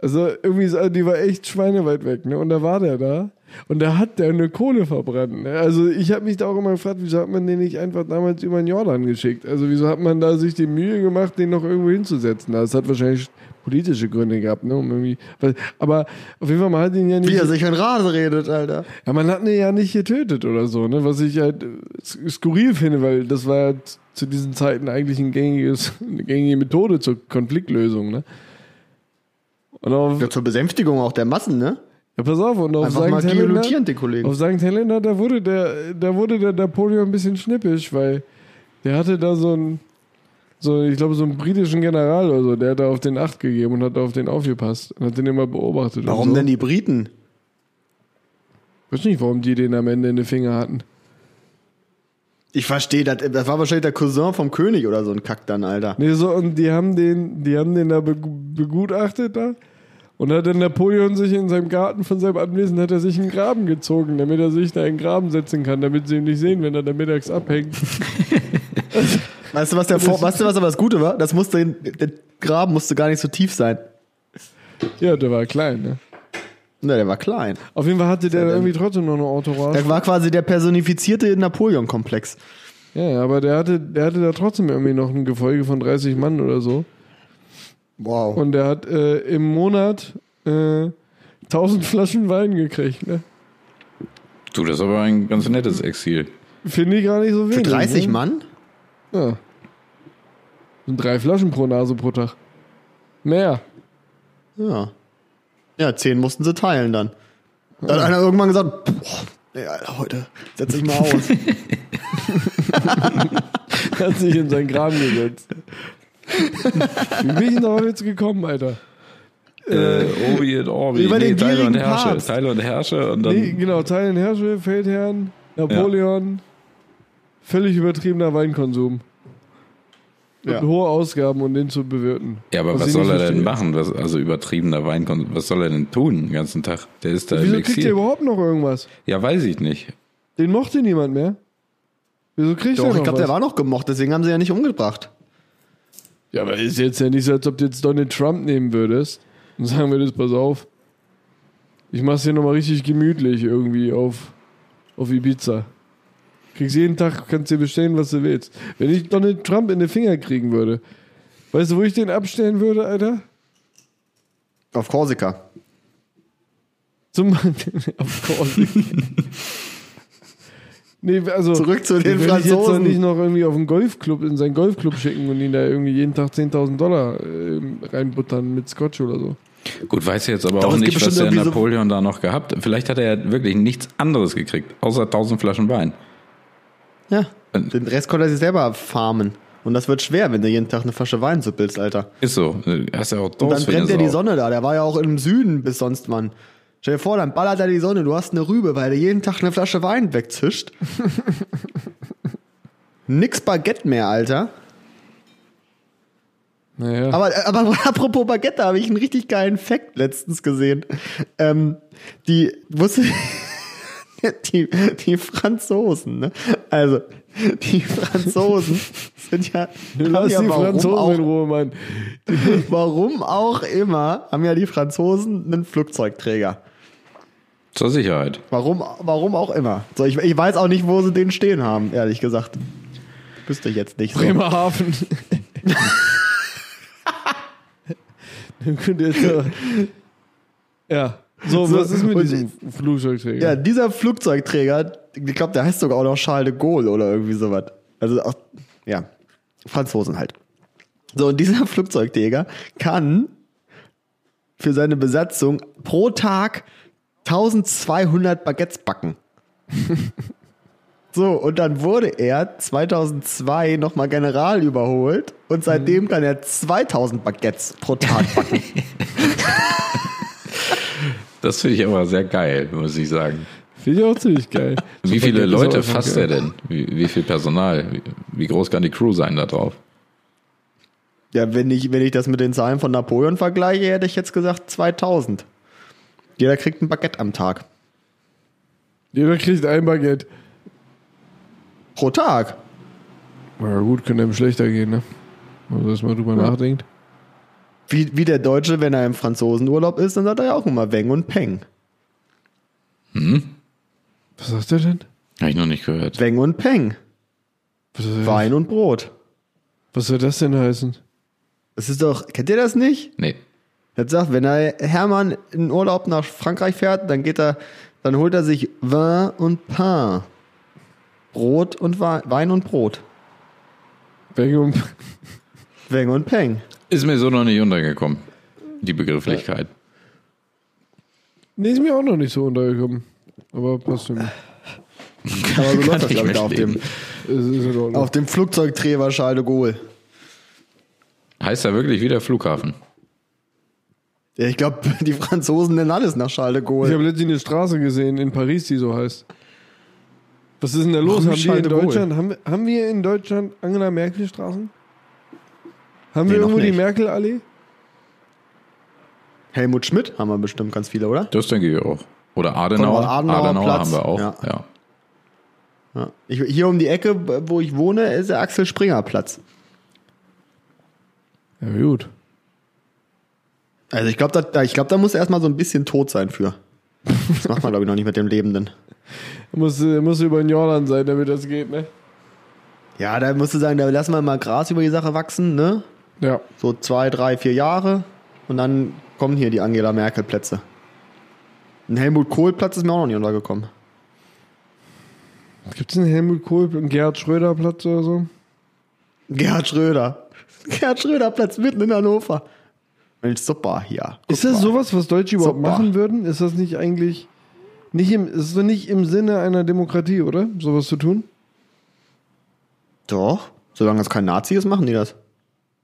D: Also irgendwie, so- die war echt schweineweit weg, ne? Und da war der da. Und da hat der eine Kohle verbrannt. Ne? Also ich habe mich da auch immer gefragt, wieso hat man den nicht einfach damals über den Jordan geschickt? Also wieso hat man da sich die Mühe gemacht, den noch irgendwo hinzusetzen? Das hat wahrscheinlich politische Gründe gehabt, ne? Um irgendwie, weil- aber auf jeden Fall, man hat ihn ja nicht...
A: Wie er sich in Rasen redet, Alter.
D: Ja, man hat ihn ja nicht getötet oder so, ne? Was ich halt äh, sk- skurril finde, weil das war ja z- zu diesen Zeiten eigentlich ein gängiges, eine gängige Methode zur Konfliktlösung, ne? Und auf, ja.
A: Ja, zur Besänftigung auch der Massen, ne?
D: pass auf, und auf
A: Einfach mal
D: St.
A: guillotinieren,
D: Helena,
A: den Kollegen.
D: auf St. Helena, da wurde der, da wurde der Napoleon ein bisschen schnippisch, weil der hatte da so einen, so, ich glaube, so einen britischen General oder so, der hat da auf den Acht gegeben und hat auf den aufgepasst und hat den immer beobachtet. und
A: Warum
D: so.
A: denn die Briten?
D: Ich weiß nicht, warum die den am Ende in den Finger hatten.
A: Ich verstehe, das, das war wahrscheinlich der Cousin vom König oder so ein Kack dann, Alter.
D: Nee, so, und die haben den, die haben den da begu- begutachtet da. Und hat dann Napoleon sich in seinem Garten von seinem Anwesen hat er sich einen Graben gezogen, damit er sich da in den Graben setzen kann, damit sie ihn nicht sehen, wenn er da
A: <laughs>
D: mittags abhängt.
A: Weißt du, was, der Vor weißt du, was aber das Gute war? Das musste, der Graben musste gar nicht so tief sein.
D: Ja, der war klein, ne?
A: Na, der war klein.
D: Auf jeden Fall hatte der
A: Ja, dann-
D: irgendwie trotzdem noch eine Entourage.
A: Der war quasi der personifizierte Napoleon-Komplex.
D: Ja, aber der hatte, der hatte da trotzdem irgendwie noch ein Gefolge von 30 Mann oder so.
A: Wow.
D: Und der hat äh, im Monat äh, 1000 Flaschen Wein gekriegt, ne?
B: Du, das ist aber ein ganz nettes Exil.
D: Finde ich gar nicht so
A: Für
D: wenig.
A: 30
D: ne?
A: Mann?
D: Ja. Sind drei Flaschen pro Nase pro Tag. Mehr.
A: Ja. Ja, 10 mussten sie teilen dann. Da hat einer irgendwann gesagt, boah, nee, Alter, heute setz <laughs> ich mal aus.
D: Hat sich in seinen Graben gesetzt. Wie bin ich darauf jetzt gekommen, Alter?
B: Äh, Obi et Orbi,
A: Über den
B: Teile und
A: gierigen
B: Herrsche.
A: Papst.
B: Teile und Herrsche und dann.
D: Nee, genau, Teilen Herrsche, Feldherren, Napoleon. Völlig übertriebener Weinkonsum.
A: Ja.
D: Und hohe Ausgaben, um den zu bewirten.
B: Ja, aber was,
D: ich
B: soll
D: nicht
B: er
D: verstehe.
B: denn machen? Was, also übertriebener Weinkonsum, was soll er denn tun den ganzen Tag? Der ist da im
D: Wieso kriegt er
B: Exil.
D: überhaupt noch irgendwas?
B: Ja, weiß ich nicht.
D: Den mochte niemand mehr. Wieso kriegt er
A: Doch,
D: noch
A: ich glaube, der
D: was?
A: war noch gemocht, deswegen haben sie ja nicht umgebracht.
D: Ja, aber ist jetzt ja nicht so, als ob du jetzt Donald Trump nehmen würdest und sagen würdest, pass auf, ich mach's dir nochmal richtig gemütlich irgendwie auf, auf Ibiza. Kriegst jeden Tag, kannst dir bestellen, was du willst. Wenn ich Donald Trump in den Finger kriegen würde, weißt du, wo ich den abstellen würde, Alter?
A: Auf Korsika.
D: Zum <laughs> Of
A: <laughs>
D: course. nee, also.
A: Zurück zu den
D: ich will dich Jetzt doch
A: Franzosen.
D: nicht noch irgendwie auf einen Golfclub, in seinen Golfclub schicken und ihn da irgendwie jeden Tag 10.000 Dollar ähm, reinbuttern mit Scotch oder so.
B: Gut, weiß jetzt aber
A: Doch,
B: auch
A: es gibt
B: nicht, was
A: bestimmt
B: der
A: irgendwie so-
B: Napoleon da noch gehabt. Vielleicht hat er ja wirklich nichts anderes gekriegt, außer 1000 Flaschen Wein.
A: Ja. Den Rest konnte er sich selber farmen. Und das wird schwer, wenn du jeden Tag eine Flasche Wein suppelst, Alter.
B: Ist so. Hast ja auch
A: Und dann
B: Durst wie
A: brennt ja
B: eine
A: die
B: Sau.
A: Sonne da. Der war ja auch im Süden bis sonst, Mann. Stell dir vor, dann ballert er die Sonne. Du hast eine Rübe, weil er jeden Tag eine Flasche Wein wegzischt. Nix Baguette mehr, Alter.
D: Naja.
A: Aber, äh, aber <laughs> apropos Baguette, da habe ich einen richtig geilen Fact letztens gesehen. Ähm, die, wusste, <laughs> die, die Franzosen, ne? Also, die
D: <laughs>
A: Franzosen sind ja. haben
D: Lass
A: ja
D: die
A: warum
D: Franzosen
A: auch
D: in Ruhe, Mann.
A: Warum auch immer haben ja die Franzosen einen Flugzeugträger.
B: Zur Sicherheit.
A: Warum, warum auch immer. So, ich, ich weiß auch nicht, wo sie den stehen haben, ehrlich gesagt. Wüsste ich jetzt nicht. So.
D: Bremerhaven. Dann könnt ihr jetzt aber- <laughs> ja. So,
A: So,
D: was ist mit
A: und-
D: diesem Flugzeugträger?
A: Ja, dieser Flugzeugträger, ich glaube, der heißt sogar auch noch Charles de Gaulle oder irgendwie sowas. Also auch, ja, Franzosen halt. So, und dieser <laughs> Flugzeugträger kann für seine Besatzung pro Tag 1200 Baguettes backen. <laughs> so, und dann wurde er 2002 nochmal General überholt und seitdem kann er 2000 Baguettes pro Tag backen.
B: Das finde ich aber sehr geil, muss ich sagen.
D: Finde ich auch ziemlich geil.
B: <laughs> Wie
D: So
B: viele
D: Baguette ist auch
B: Leute
D: einfach
B: fasst
D: geil.
B: er denn? Wie, wie viel Personal? Wie, wie groß kann die Crew sein da drauf?
A: Ja, wenn ich, wenn ich das mit den Zahlen von Napoleon vergleiche, hätte ich jetzt gesagt 2000. Jeder kriegt ein Baguette am Tag.
D: Jeder kriegt ein Baguette.
A: Pro Tag.
D: Na gut, könnte einem schlechter gehen, ne? Also, dass man drüber nachdenkt.
A: Wie, wie der Deutsche, wenn er im Franzosenurlaub ist, dann sagt er ja auch immer Weng und Peng.
D: Was sagt er denn?
B: Habe ich noch nicht gehört.
A: Weng und Peng.
D: Was soll,
A: Wein und Brot.
D: was soll das denn heißen?
A: Das ist doch, kennt ihr das nicht?
B: Nee.
A: Das sagt, wenn der Hermann in Urlaub nach Frankreich fährt, dann geht er, dann holt er sich Vin und Pain. Brot und Wein, Wein und Brot.
D: Bang und
A: Weng und Peng.
B: Ist mir so noch nicht untergekommen, die Begrifflichkeit.
D: Nee, ist mir auch noch nicht so untergekommen. Aber passt schon.
A: Aber so läuft
B: <laughs> Kann
A: das,
B: ich
A: glaube ich, da auf
B: mitleben.
A: dem,
D: Es ist in Ordnung.
A: auf dem Flugzeugträger Charles de Gaulle.
B: Heißt da wirklich wieder Flughafen?
A: Ja, ich glaube, <laughs> die Franzosen nennen alles nach Charles de
D: Ich
A: Gaulle.
D: habe letztens eine Straße gesehen in Paris, die so heißt. Was ist denn da los?
A: Warum
D: Haben wir,
A: Charles
D: in
A: de Gaulle?
D: Deutschland, haben, wir- haben wir in Deutschland Angela Merkel Straßen? Haben
B: Nee,
D: wir
B: noch
D: irgendwo die
B: nicht.
D: Merkel-Allee?
A: Helmut Schmidt haben wir bestimmt ganz viele, oder?
B: Das denke ich auch. Oder Adenauer.
A: Konrad Adenauer Platz.
B: haben wir auch.
A: Ja.
B: Ja.
A: Ja. Ich, hier um die Ecke, wo ich wohne, ist der Axel Springer Platz.
D: Ja, gut.
A: Also ich glaube, da, ich glaub, da muss er erstmal so ein bisschen tot sein für. Das macht man, glaube ich, noch nicht mit dem Lebenden.
D: Muss, äh, muss über den Jordan sein, damit das geht, ne?
A: Ja, da musst du sagen, da lassen wir mal Gras über die Sache wachsen, ne?
D: Ja.
A: So zwei, drei, vier Jahre. Und dann kommen hier die Angela Merkel Plätze. Ein Helmut Kohl Platz ist mir auch noch nicht untergekommen.
D: Gibt es einen Helmut Kohl, einen Gerhard Schröder Platz oder so?
A: Gerhard Schröder. <laughs> Gerhard Schröder Platz mitten in Hannover. Mensch, super, ja. Guck
D: Ist das
A: mal.
D: sowas, was Deutsche überhaupt
A: Super.
D: machen würden? Ist das nicht eigentlich nicht im, ist so nicht im Sinne einer Demokratie, oder? Sowas zu tun?
A: Doch. Solange das kein Nazi ist, machen die das.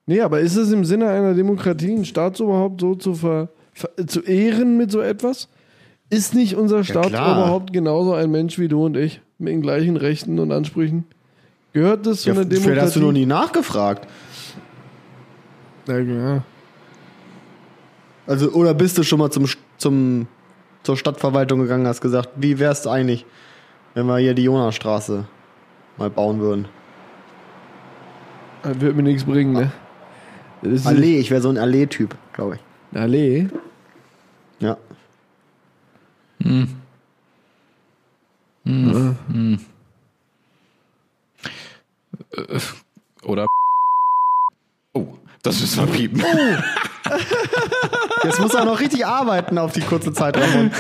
D: Nee, aber ist es im Sinne einer Demokratie, einen Staatsoberhaupt so zu, ver, ver, zu ehren mit so etwas? Ist nicht unser Staatsoberhaupt genauso ein Mensch wie du und ich? Mit den gleichen Rechten und Ansprüchen? Gehört das zu
A: Ja,
D: einer
A: vielleicht hast du noch
D: Demokratie?
A: nie nachgefragt.
D: Ja, ja.
A: Also, oder bist du schon mal zum, Sch- zum, zur Stadtverwaltung gegangen hast gesagt, wie wär's eigentlich, wenn wir hier die Jonasstraße mal bauen würden?
D: Das Wird mir nichts bringen, ne? Das ist-
A: Allee, ich wäre so ein Allee-Typ, glaube ich.
D: Allee?
A: Ja.
B: Oder. Oh, das müssen wir piepen.
A: Jetzt muss er noch richtig arbeiten auf die kurze Zeit davon.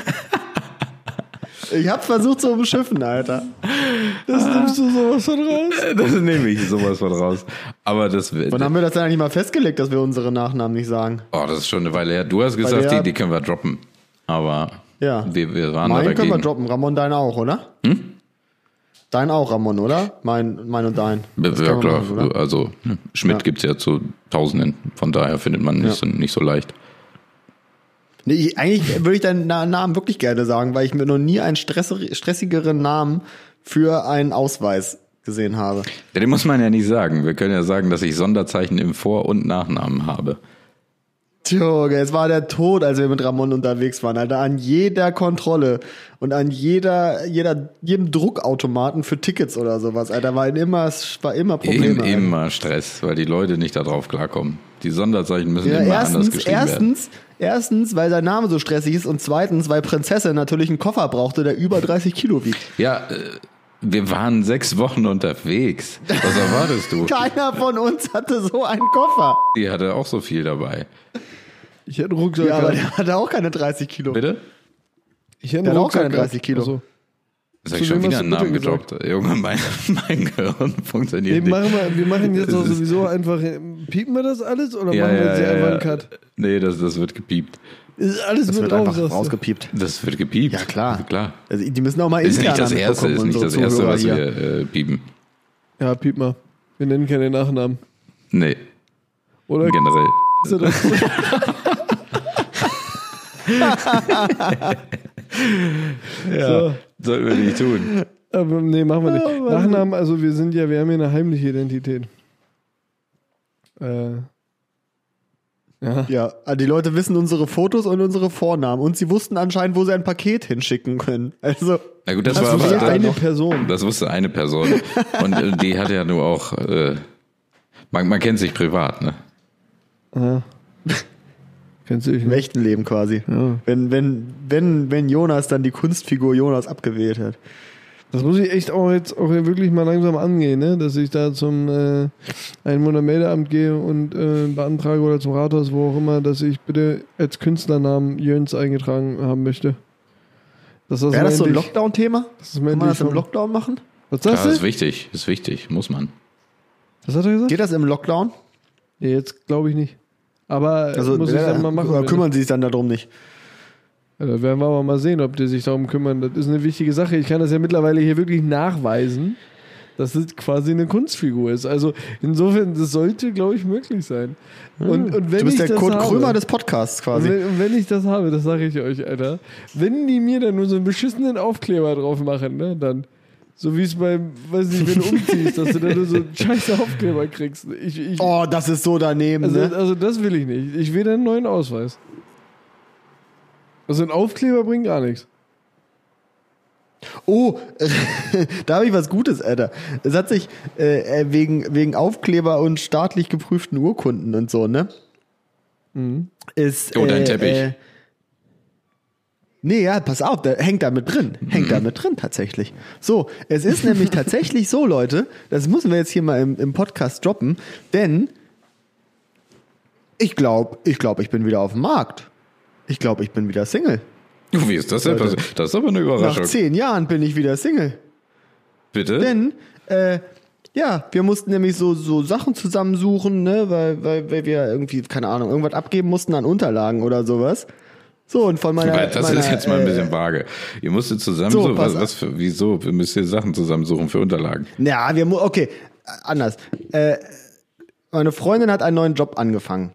A: Ich hab's versucht zu umschiffen, Alter.
D: Das nimmst du sowas von raus.
B: Das nehme ich sowas von raus. Aber das wird.
A: Wann haben wir das denn eigentlich mal festgelegt, dass wir unsere Nachnamen nicht sagen?
B: Oh, das ist schon eine Weile her. Du hast gesagt,
A: der-
B: die, die können wir droppen. Aber
A: Ja.
B: wir, wir waren Hm? da
A: Meinen können
B: dagegen.
A: wir droppen. Ramon, dein auch, oder? Dein auch, Ramon, oder? Mein, mein und dein. Das
B: ja,
A: kann man
B: klar.
A: machen, oder?
B: Also, hm, Schmidt
A: Ja.
B: gibt's ja zu Tausenden. Von daher findet man nicht, so, nicht so leicht.
A: Nee, ich, eigentlich würde ich deinen Na- Namen wirklich gerne sagen, weil ich mir noch nie einen stressi- stressigeren Namen für einen Ausweis gesehen habe.
B: Ja, den muss man ja nicht sagen. Wir können ja sagen, dass ich Sonderzeichen im Vor- und Nachnamen habe.
A: Tjoge, es war der Tod, als wir mit Ramon unterwegs waren, Alter. An jeder Kontrolle und an jeder, jeder, jedem Druckautomaten für Tickets oder sowas, Alter. War immer, war immer
B: Eben,
A: Probleme. Alter.
B: immer Stress, weil die Leute nicht darauf klarkommen. Die Sonderzeichen müssen
A: Ja,
B: immer anders
A: Äh, erstens,
B: geschrieben werden.
A: erstens, erstens, weil sein Name so stressig ist und zweitens, weil Prinzessin natürlich einen Koffer brauchte, der über 30 Kilo wiegt.
B: Ja, äh, wir waren sechs Wochen unterwegs. Was
A: <laughs>
B: erwartest du?
A: Keiner von uns hatte so einen Koffer.
B: Die hatte auch so viel dabei.
D: Ich hätte einen Rucksack.
A: Ja, aber der
D: gehabt.
A: hatte auch keine 30 Kilo.
B: Bitte?
D: ich hätte
A: der
D: einen
A: hat auch
D: Rucksack
A: keine
D: gehabt.
A: 30 Kilo.
D: Also,
B: Jetzt hab
D: Zu
B: ich schon
D: wem
B: wieder
D: hast
B: einen
D: du
B: Namen
D: bitte
B: gedroppt. Junge, mein, <laughs> mein Gehirn funktioniert
D: wir,
B: nicht.
D: machen mal, wir machen jetzt
B: Es
D: auch
B: ist-
D: sowieso einfach. Piepen wir das alles oder machen wir jetzt hier einfach einen Cut?
B: Nee, das, das wird gepiept.
D: Ist alles
A: Das
D: mit
A: wird
D: drauf,
A: einfach
D: sagst du.
A: rausgepiept.
B: Das wird gepiept.
A: Ja, klar.
B: Klar.
A: Also, die müssen auch mal
B: Ist
A: intern
B: nicht das
A: damit
B: Erste,
A: kommen,
B: ist nicht
A: unsere
B: das Erste,
A: Zuhörer
B: was
A: hier.
B: wir äh, piepen.
D: Ja, piep mal. Wir nennen keine Nachnamen.
B: Nee,
D: Oder
A: Genau.
B: generell.
D: kannst du das?
B: Ja. Sollten wir nicht tun.
D: <laughs> Aber nee, machen wir nicht. Nachnamen, also wir sind ja, wir haben hier eine heimliche Identität. Äh,
A: Ja, also die Leute wissen unsere Fotos und unsere Vornamen und sie wussten anscheinend, wo sie ein Paket hinschicken können. Also,
B: Na gut, das,
A: Das
B: war
A: ist ja
B: aber
D: wir
B: dann
D: eine
B: noch-
D: Person.
B: Das wusste eine Person. Und äh, die hat ja nur auch. Äh, man, man kennt sich privat, ne?
D: Ah. Kennst du dich
A: im
D: nicht?
A: echten Leben quasi.
D: Ja.
A: Wenn, wenn, wenn, wenn Jonas dann die Kunstfigur Jonas abgewählt hat.
D: Das muss ich echt auch jetzt auch wirklich mal langsam angehen, ne? dass ich da zum äh, Einwohnermeldeamt gehe und äh, beantrage oder zum Rathaus, wo auch immer, dass ich bitte als Künstlernamen Jöns eingetragen haben möchte. Dass das
A: Wäre das so ein
D: endlich-
A: Lockdown-Thema?
D: dass das
A: Kann man das im
D: endlich-
A: Lockdown machen?
D: Was
B: Das
D: sagst
B: ist
D: du?
B: wichtig, ist wichtig, muss man.
D: Was hat er gesagt?
A: Geht das im Lockdown?
D: Nee, jetzt glaube ich nicht. Aber äh,
A: Also,
D: muss ich
A: äh,
D: dann mal machen.
A: oder
D: bitte.
A: kümmern sie sich dann darum nicht?
D: Ja, da werden wir aber mal sehen, ob die sich darum kümmern. Das ist eine wichtige Sache. Ich kann das ja mittlerweile hier wirklich nachweisen, dass es quasi eine Kunstfigur ist. Also insofern, das sollte, glaube ich, möglich sein. Und, und
A: Hm.
D: wenn
A: du bist
D: ich
A: der
D: das
A: Kurt
D: habe,
A: Krömer des Podcasts
D: und
A: quasi.
D: wenn, und wenn ich das habe, das sage ich euch, Alter. Wenn die mir dann nur so einen beschissenen Aufkleber drauf machen, ne, dann. So wie es beim, weiß nicht, wenn du umziehst, dass du dann nur
A: <laughs>
D: so einen scheiß Aufkleber kriegst. Ich, ich,
A: Oh, das ist so daneben,
D: also,
A: ne?
D: also das will ich nicht. Ich will einen neuen Ausweis. Also ein Aufkleber bringt gar nichts.
A: Oh, <laughs> da habe ich was Gutes, Alter. Es hat sich äh, äh, wegen, wegen Aufkleber und staatlich geprüften Urkunden und so, ne? Ist, äh,
B: Oh, dein Teppich.
A: nee, ja, pass auf, da hängt da mit drin.
B: Mhm.
A: Hängt da mit drin tatsächlich. So, es ist nämlich tatsächlich so, Leute, das müssen wir jetzt hier mal im, im Podcast droppen, denn ich glaube, ich glaube, ich bin wieder auf dem Markt. Ich glaube, ich bin wieder Single.
B: Du, wie ist das denn
A: Leute.
B: passiert? Das ist aber eine
A: Nach
B: Überraschung.
A: zehn Jahren bin ich wieder Single.
B: Bitte?
A: Denn, äh, ja, wir mussten nämlich so, so Sachen zusammensuchen, ne, weil, weil, weil wir irgendwie, keine Ahnung, irgendwas abgeben mussten an Unterlagen oder sowas. So, und von meiner.
B: Weil das
A: meiner,
B: ist jetzt mal ein bisschen
A: äh,
B: vage. Ihr musstet zusammen
A: so,
B: so,
A: pass
B: was,
A: auf.
B: was für, wieso müsst ihr Sachen zusammensuchen für Unterlagen?
A: Ja, wir, mu- okay, äh, anders. Äh, meine Freundin hat einen neuen Job angefangen.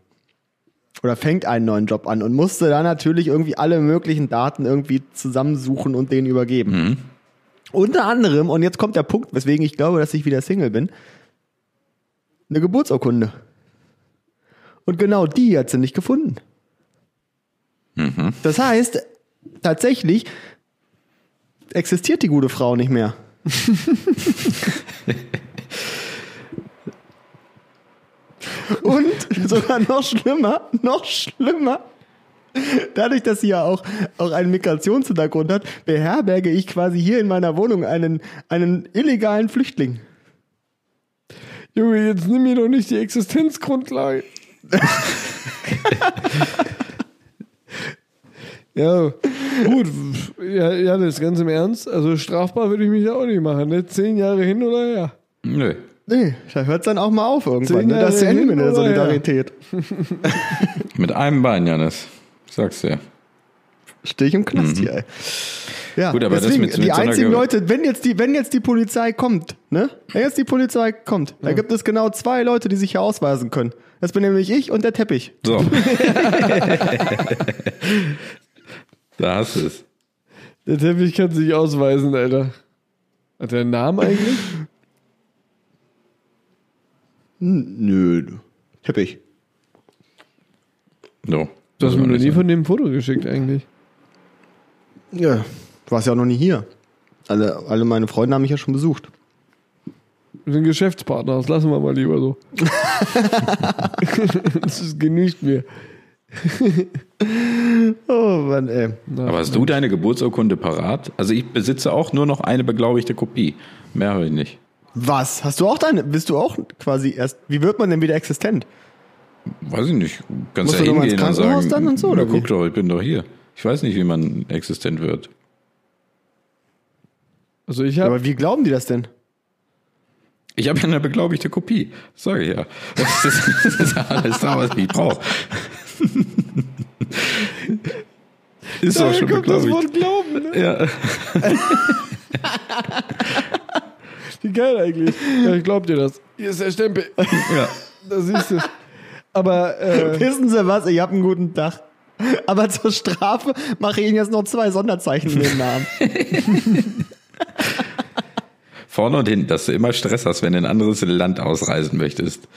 A: Oder fängt einen neuen Job an und musste da natürlich irgendwie alle möglichen Daten irgendwie zusammensuchen und denen übergeben. Unter anderem, und jetzt kommt der Punkt, weswegen ich glaube, dass ich wieder Single bin, eine Geburtsurkunde. Und genau die hat sie nicht gefunden. Das heißt, tatsächlich existiert die gute Frau nicht mehr. Und <laughs> sogar noch schlimmer, noch schlimmer. Dadurch, dass sie ja auch, auch einen Migrationshintergrund hat, beherberge ich quasi hier in meiner Wohnung einen, einen illegalen Flüchtling.
D: Junge, jetzt nimm mir doch nicht die Existenzgrundlage. Ja, gut. Ja, ja, das ganz im Ernst. Also strafbar würde ich mich ja auch nicht machen. Ne? Zehn Jahre hin oder her.
B: Nö.
A: Nee, da hört es dann auch mal auf irgendwann.
D: Zehn
A: Ne? Das ist zu
D: Jahre
A: Ende mit
D: hin
A: der
D: oder her?
A: Solidarität.
B: Mit einem Bein, Janis. Sag's dir.
A: Stehe ich im Knast hier, ey. Ja,
B: Mhm. Gut, aber das
A: deswegen,
B: mit- mit
A: die
B: so einer
A: einzigen
B: Ge-
A: Leute, wenn jetzt die, wenn jetzt die Polizei kommt, ne? Wenn jetzt die Polizei kommt, dann gibt es genau zwei Leute, die sich hier ausweisen können. Das bin nämlich ich und der Teppich. <laughs>
B: So. da hast du es.
D: Der Teppich kann sich ausweisen, Alter. Hat der einen Namen eigentlich?
A: Nö, Teppich.
B: So. Also
D: Du
B: Muss
D: hast mir
B: man
D: noch
B: nicht
D: nie
B: sagen.
D: von dem Foto geschickt eigentlich.
A: Ja, du warst ja auch noch nie hier. Alle, alle meine Freunde haben mich ja schon besucht.
D: Wir sind Geschäftspartner, das lassen wir mal lieber so. das ist- genügt mir.
A: Oh Mann, ey.
D: Na,
B: Aber hast du deine Geburtsurkunde parat? Also ich besitze auch nur noch eine beglaubigte Kopie. Mehr habe ich nicht.
A: Was? Hast du auch deine? Bist du auch quasi erst. Wie wird man denn wieder existent?
B: Weiß ich nicht. Kannst
A: Musst
B: ja
A: du noch mal ins
B: hingehen und
A: Krankenhaus
B: sagen,
A: dann und so,
B: na,
A: oder wie?
B: guck doch, ich bin doch hier. Ich weiß nicht, wie man existent wird.
D: Also ich habe
A: Aber wie glauben die das denn?
B: Ich habe ja eine beglaubigte Kopie. Das sage ich ja. Das ist, das ist alles da, was ich brauche. Ist doch schon beglaubigt.
D: Glauben. Ne?
B: Ja.
D: Wie geil eigentlich. Ja, ich glaub dir das. Hier ist der Stempel.
B: ja.
D: Da siehst du Aber äh,
A: Wissen Sie was? Ich hab einen guten Tag. Aber zur Strafe mache ich Ihnen jetzt noch zwei Sonderzeichen in den Namen.
B: Vorne und hinten, dass du immer Stress hast, wenn du in ein anderes Land ausreisen möchtest.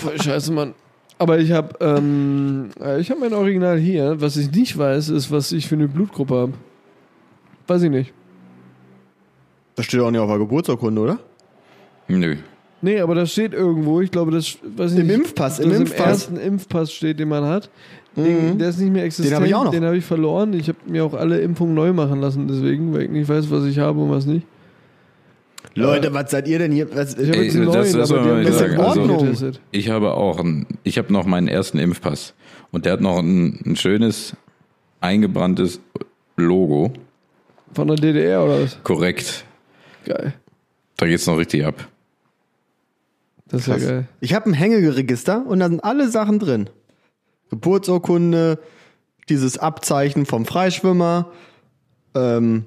D: voll scheiße, Mann. Aber ich habe ähm, äh, ich habe mein Original hier. Was ich nicht weiß, ist, was ich für eine Blutgruppe habe. Weiß ich nicht.
A: Das steht auch nicht auf der Geburtsurkunde, oder?
B: Nö.
D: Nee, aber das steht irgendwo. Ich glaube, das weiß ich
A: Im
D: nicht.
A: Impfpass,
D: das
A: im
D: im
A: Impfpass. Mhm.
D: ersten Impfpass steht, den man hat. Den, der ist nicht mehr existent.
A: Den hab ich auch noch.
D: Den habe ich verloren. Ich habe mir auch alle Impfungen neu machen lassen, deswegen, weil ich nicht weiß, was ich habe und was nicht.
A: Leute, was seid ihr denn hier? Was,
D: Ich habe
B: Ey,
D: jetzt einen
B: das-
D: neuen,
B: das soll
D: aber
B: man
D: den
B: nicht
D: haben
A: sagen.
D: wir
A: Also-
D: nicht getestet.
B: Ich habe auch, einen, ich habe noch meinen ersten Impfpass. Und der hat noch ein, ein schönes, eingebranntes Logo.
D: Von der DDR oder was?
B: Korrekt.
D: Geil.
B: Da geht's noch richtig ab.
D: Das ist
A: Krass.
D: ja geil.
A: Ich habe ein Hängeregister und da sind alle Sachen drin. Geburtsurkunde, dieses Abzeichen vom Freischwimmer, ähm,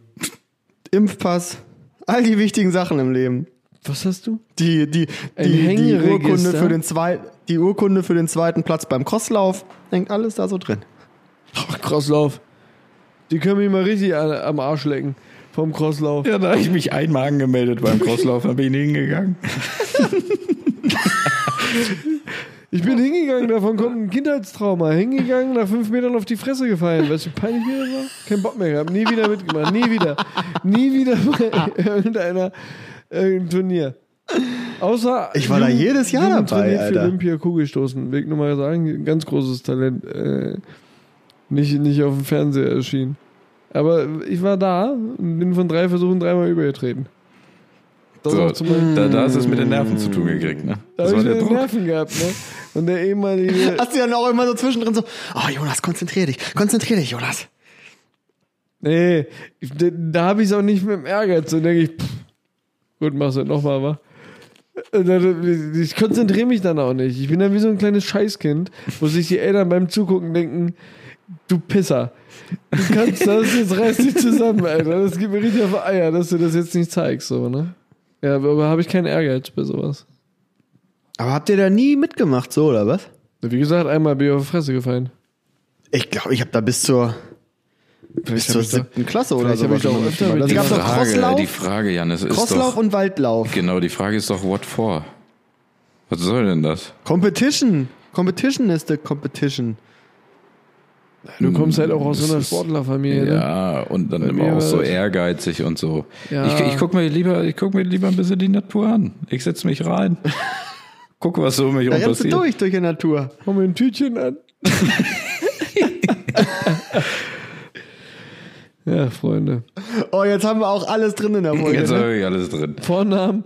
A: Impfpass, all die wichtigen Sachen im Leben.
D: Was hast du?
A: Die, die,
D: Ein
A: die, die,
D: Hängeregister?
A: Urkunde für den zwei, die Urkunde für den zweiten Platz beim Crosslauf, hängt alles da so drin.
D: Ach, Crosslauf. Die können mich mal richtig an, am Arsch lecken. Vom Crosslauf.
B: Ja, da habe ich mich einmal angemeldet beim Crosslauf, da bin ich nicht hingegangen.
D: Ich bin hingegangen, davon kommt ein Kindheitstrauma. Hingegangen, nach fünf Metern auf die Fresse gefallen. Weißt du, wie peinlich mir das war? Kein Bock mehr gehabt. Nie wieder mitgemacht. Nie wieder. Nie wieder bei <laughs> irgendeiner irgendeinem Turnier. Außer.
A: Ich war da
D: Jugend-
A: jedes Jahr
D: Jugendturnier
A: dabei,
D: für
A: Alter.
D: Olympia Kugelstoßen. Weg nochmal sagen, ganz großes Talent. Äh, nicht, nicht auf dem Fernseher erschien. Aber ich war da und bin von drei Versuchen dreimal übergetreten. Das
B: So,
D: auch zum Beispiel.
B: da, da hast du es mit den Nerven zu tun gekriegt, ne?
D: Da
B: Das
D: habe
B: war
D: ich
B: der
D: wieder
B: Druck.
D: Nerven gehabt, ne? Und der
A: <laughs>
D: ehemalige
A: Hast du dann auch immer so zwischendrin so, oh Jonas, konzentrier dich, konzentrier dich, Jonas.
D: Nee, ich- da, da habe ich es auch nicht mit dem Ehrgeiz. Dann denke ich, pff, gut, mach's halt nochmal, wa? Äh, Und dann- Ich konzentriere mich dann auch nicht. Ich bin dann wie so ein kleines Scheißkind, wo sich die Eltern beim Zugucken denken, du Pisser, du kannst das, jetzt reiß dich zusammen, Alter. Das gibt mir richtig auf die Eier, dass du das jetzt nicht zeigst, so, ne? Ja, aber aber habe ich keinen Ehrgeiz bei sowas.
A: Aber habt ihr da nie mitgemacht, so oder was?
D: Wie gesagt, einmal bin ich auf die Fresse gefallen.
B: Hm,
A: Ich glaube, ich habe da bis zur, bis
D: hab
A: zur
D: ich da-
A: siebten Klasse oder
D: vielleicht
A: sowas.
D: hab ich da auch
A: schon mal
D: öfter
A: mitgemacht.
D: mit-
A: Es gab Also
D: Die
A: doch
B: Frage, die
A: Crosslauf,
B: Frage, Janis, ist
A: Crosslauf
B: doch,
A: und Waldlauf.
B: genau, die Frage ist doch, what for? Was soll denn das?
A: Competition. Competition ist the competition.
D: Du kommst halt auch aus so einer
B: Das ist-
D: Sportlerfamilie, ne?
B: Ja, und dann
D: mir
B: immer auch so
D: war's-
B: ehrgeizig und so.
D: Ja.
B: Ich, ich guck mir lieber, ich guck mir lieber ein bisschen die Natur an. Ich setz mich rein. Guck, was so um mich
A: Da
B: rum
A: rennst du
B: passiert.
A: durch, durch die Natur.
D: Komm mir ein Tütchen an. <laughs> ja, Freunde.
A: Oh, jetzt haben wir auch alles drin in der Folge.
B: Jetzt
A: Ne?
B: habe ich alles drin.
D: Vornamen,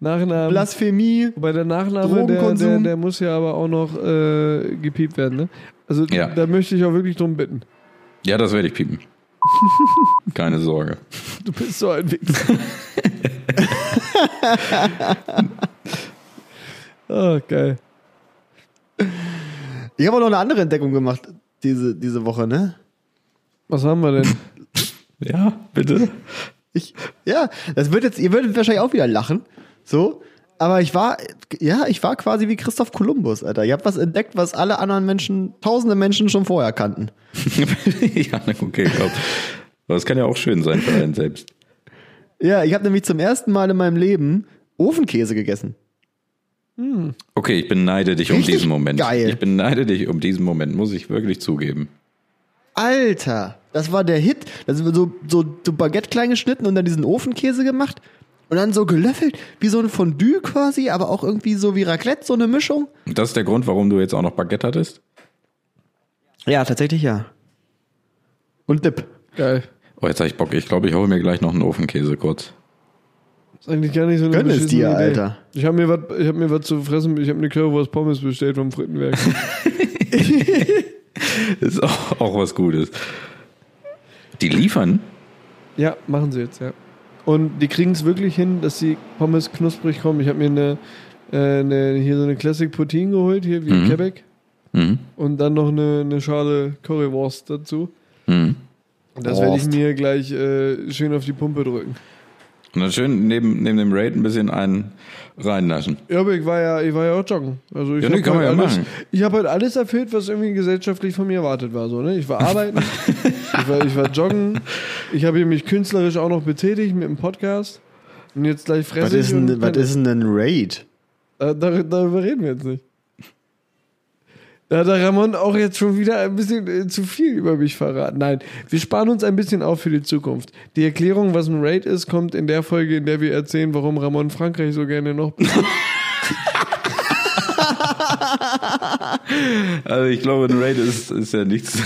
D: Nachnamen.
A: Blasphemie.
D: Bei der Nachname, der,
A: Drogenkonsum.
D: der, der muss ja aber auch noch äh, gepiept werden. Ne? Also
B: Ja.
D: da möchte ich auch wirklich drum bitten.
B: Ja, das werde ich piepen. Keine Sorge.
D: Du bist so ein Wichser. oh, geil.
A: Ich habe auch noch eine andere Entdeckung gemacht diese, diese Woche, ne?
D: Was haben wir denn?
B: Ja, bitte.
A: Ich, ja, das wird jetzt, ihr würdet wahrscheinlich auch wieder lachen. So. Aber ich war, ja, ich war quasi wie Christoph Kolumbus, Alter. Ich habe was entdeckt, was alle anderen Menschen, tausende Menschen schon vorher kannten.
B: <laughs> ja, okay, komm. Aber es kann ja auch schön sein für einen selbst.
A: Ja, ich habe nämlich zum ersten Mal in meinem Leben Ofenkäse gegessen.
B: Okay, ich beneide dich um
A: Richtig
B: diesen Moment.
A: geil.
B: Ich beneide dich um diesen Moment, muss ich wirklich zugeben.
A: Alter, das war der Hit. Das ist so, so, so Baguette klein geschnitten und dann diesen Ofenkäse gemacht und dann so gelöffelt, wie so ein Fondue quasi, aber auch irgendwie so wie Raclette, so eine Mischung.
B: Und das ist der Grund, warum du jetzt auch noch Baguette hattest?
A: Ja, tatsächlich ja. Und Dip.
D: Geil.
B: Oh, jetzt habe ich Bock. Ich glaube, ich hole mir gleich noch einen Ofenkäse kurz. <laughs>
D: Ist eigentlich gar nicht so eine
A: Gönn es
D: beschissene
A: dir,
D: Idee.
A: Alter.
D: Ich habe mir was ich hab mir was zu fressen, ich habe eine Currywurst Pommes bestellt vom Frittenwerk.
B: Ist auch, auch was Gutes. Die liefern?
D: ja, machen sie jetzt, ja. Und die kriegen es wirklich hin, dass die Pommes knusprig kommen. Ich habe mir eine, äh, eine hier so eine Classic Poutine geholt, hier wie in
B: Mhm.
D: Quebec
B: Mhm.
D: und dann noch eine, eine Schale Currywurst dazu.
B: Mhm.
D: Und das werde ich
A: Wurst.
D: mir gleich äh, schön auf die Pumpe drücken.
B: Und dann schön neben, neben dem Raid ein bisschen einen reinlaschen.
D: Ja, aber ich war ja, ich war ja auch joggen. Also ich
B: Ja,
D: hab
B: nee, kann man
D: halt
B: ja
D: alles,
B: machen.
D: Ich habe halt alles erfüllt, was irgendwie gesellschaftlich von mir erwartet war. So, ne?
B: <laughs>
D: Ich war arbeiten, ich, war, ich war joggen, ich habe hier mich künstlerisch auch noch betätigt mit dem Podcast. Und jetzt gleich
A: Was
D: fressen.
A: ist, denn, was ist denn ein Raid?
D: äh, dar- darüber reden wir jetzt nicht. Da hat der Ramon auch jetzt schon wieder ein bisschen äh, zu viel über mich verraten. Nein, wir sparen uns ein bisschen auf für die Zukunft. Die Erklärung, was ein Raid ist, kommt in der Folge, in der wir erzählen, warum Ramon Frankreich so gerne noch
B: Also ich glaube, ein Raid ist, ist ja nichts.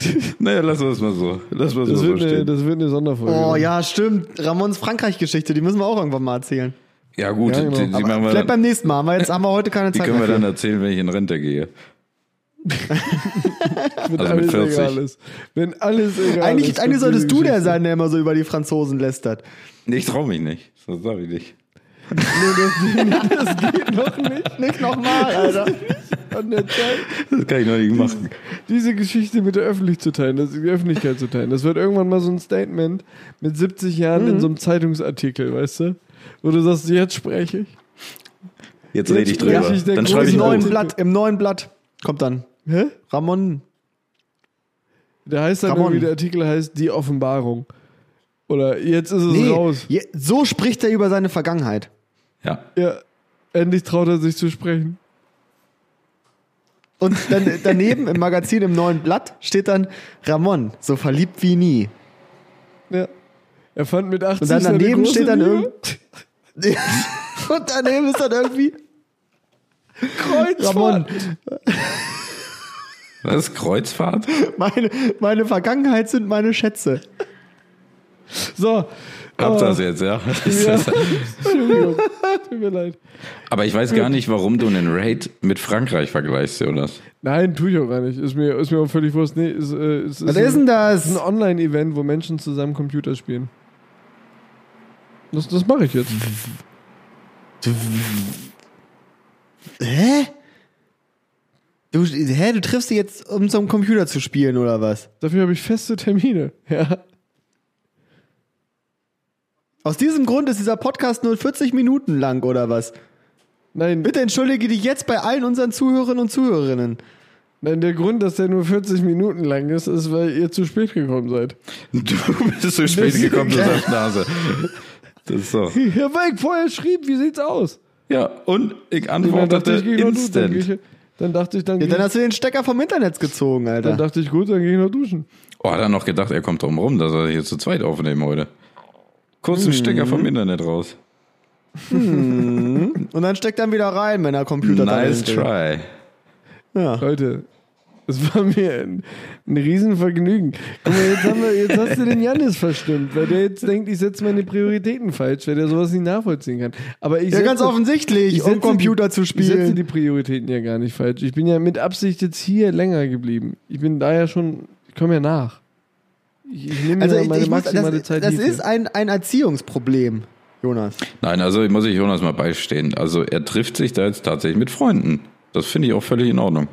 B: <laughs> naja, lassen wir es mal so. Lassen wir es mal
D: Das
B: so
D: wird, eine,
B: stehen.
D: das wird eine Sonderfolge.
A: Oh
D: werden.
A: ja, stimmt. Ramons Frankreich-Geschichte, die müssen wir auch irgendwann mal erzählen.
B: Ja gut,
D: Ja, genau.
B: die, die, machen
D: Aber
B: wir
A: Vielleicht
B: dann,
A: beim nächsten Mal, haben wir jetzt haben wir heute keine
B: die
A: Zeit
B: können
A: mehr.
B: wir
A: Für.
B: dann erzählen, wenn ich in Rente gehe.
D: Wenn
B: also mit
D: alles
B: 40.
D: egal ist. Wenn alles egal ist.
A: Eigentlich, eigentlich
D: wird
A: solltest
D: diese
A: du der
D: Geschichte-
A: sein, der immer so über die Franzosen lästert.
B: Nee, ich traue mich nicht. Das sag ich nicht.
A: Nicht nochmal, Alter.
D: An der Zeit,
B: Das kann ich noch nicht machen.
D: diese Geschichte mit der Öffentlich zu teilen, das, die Öffentlichkeit zu teilen. Das wird irgendwann mal so ein Statement mit 70 Jahren
A: Mhm.
D: in so einem Zeitungsartikel, weißt du? Wo du sagst, jetzt spreche ich.
B: Jetzt rede ich
D: Jetzt spreche
B: drüber.
D: ich der
B: Dann
A: Im
B: schreibe ich
D: großen
A: neuen
B: einen.
A: Blatt, im neuen Blatt. Kommt dann.
D: Hä?
A: Ramon.
D: Der heißt dann
A: Ramon.
D: irgendwie, der Artikel heißt Die Offenbarung. Oder jetzt ist es
A: Nee,
D: raus.
A: je, so spricht er über seine Vergangenheit.
B: Ja.
D: Ja, endlich traut er sich zu sprechen.
A: Und dann, daneben im Magazin im neuen Blatt steht dann Ramon, so verliebt wie nie.
D: Ja. Er fand mit 80
A: Und dann
D: seine
A: daneben
D: große
A: steht dann
D: Liebe.
A: irgend. <laughs> Und daneben ist dann irgendwie Ramon.
B: Was? Kreuzfahrt?
A: Meine, meine Vergangenheit sind meine Schätze.
D: So. Oh.
B: Habt das jetzt,
D: <laughs>
B: ja? Ist
A: <laughs>
D: Ja.
B: das-
D: Entschuldigung. Tut mir leid.
B: Aber ich weiß gar nicht, warum du einen Raid mit Frankreich vergleichst, Jonas.
D: Nein, tue ich auch gar nicht. Ist mir, ist mir auch völlig wurscht. Nee, ist, äh, ist,
A: Was ist denn
D: ist ein
A: das?
D: Online-Event, wo Menschen zusammen Computer spielen. Das, das mache ich jetzt.
A: Hä? Du, hä, du triffst dich jetzt, um zum Computer zu spielen oder was?
D: Dafür habe ich feste Termine. <laughs> Ja.
A: Aus diesem Grund ist dieser Podcast nur 40 Minuten lang oder was?
D: Nein,
A: Bitte entschuldige dich jetzt bei allen unseren Zuhörern und Zuhörerinnen.
D: nein, der Grund, dass der nur 40 Minuten lang ist, ist, weil ihr zu spät gekommen seid.
B: Du bist zu spät
D: Das-
B: gekommen, du hast Nase. Das ist so.
D: <laughs> Ja, weil ich vorher schrieb, wie sieht's aus?
B: Ja, und ich
D: Und dann
B: antwortete
D: ich, geh ich noch duschen. Dann
B: instant.
D: geh ich- Dann dachte ich, dann,
A: Ja,
D: geh
A: dann
D: ich-
A: hast du den Stecker vom Internet gezogen,
D: Hm. dann
A: Alter.
D: dachte ich, gut, dann gehe ich noch duschen.
B: Oh, hat er noch gedacht, er kommt drum rum, dass er hier zu zweit aufnehmen heute. Kurz
D: Mhm.
B: den Stecker vom Internet raus.
A: Und dann steckt dann wieder rein, wenn der Computer da
B: Nice
A: hinten-
B: try.
A: Ja.
D: Leute, es war mir ein, ein Riesenvergnügen. Guck mal, jetzt, haben wir, jetzt hast du den Janis verstimmt, weil der jetzt denkt, ich setze meine Prioritäten falsch, weil der sowas nicht nachvollziehen kann. Aber ich
A: Ja,
D: setze,
A: ganz offensichtlich,
D: ich
A: um
D: setze
A: Computer
D: die,
A: zu
D: Ich setze
A: spielen.
D: die Prioritäten ja gar nicht falsch. Ich bin ja mit Absicht jetzt hier länger geblieben. Ich bin da ja schon, ich Komm mir nach. Ich, ich nehme
A: Also
D: mir
A: ich,
D: meine
A: ich muss,
D: maximale
A: das,
D: Zeit.
A: das
D: hierfür.
A: ist ein, ein Erziehungsproblem, Jonas.
B: Nein, also muss ich Jonas mal beistehen. Also er trifft sich da jetzt tatsächlich mit Freunden. Das finde ich auch völlig in Ordnung.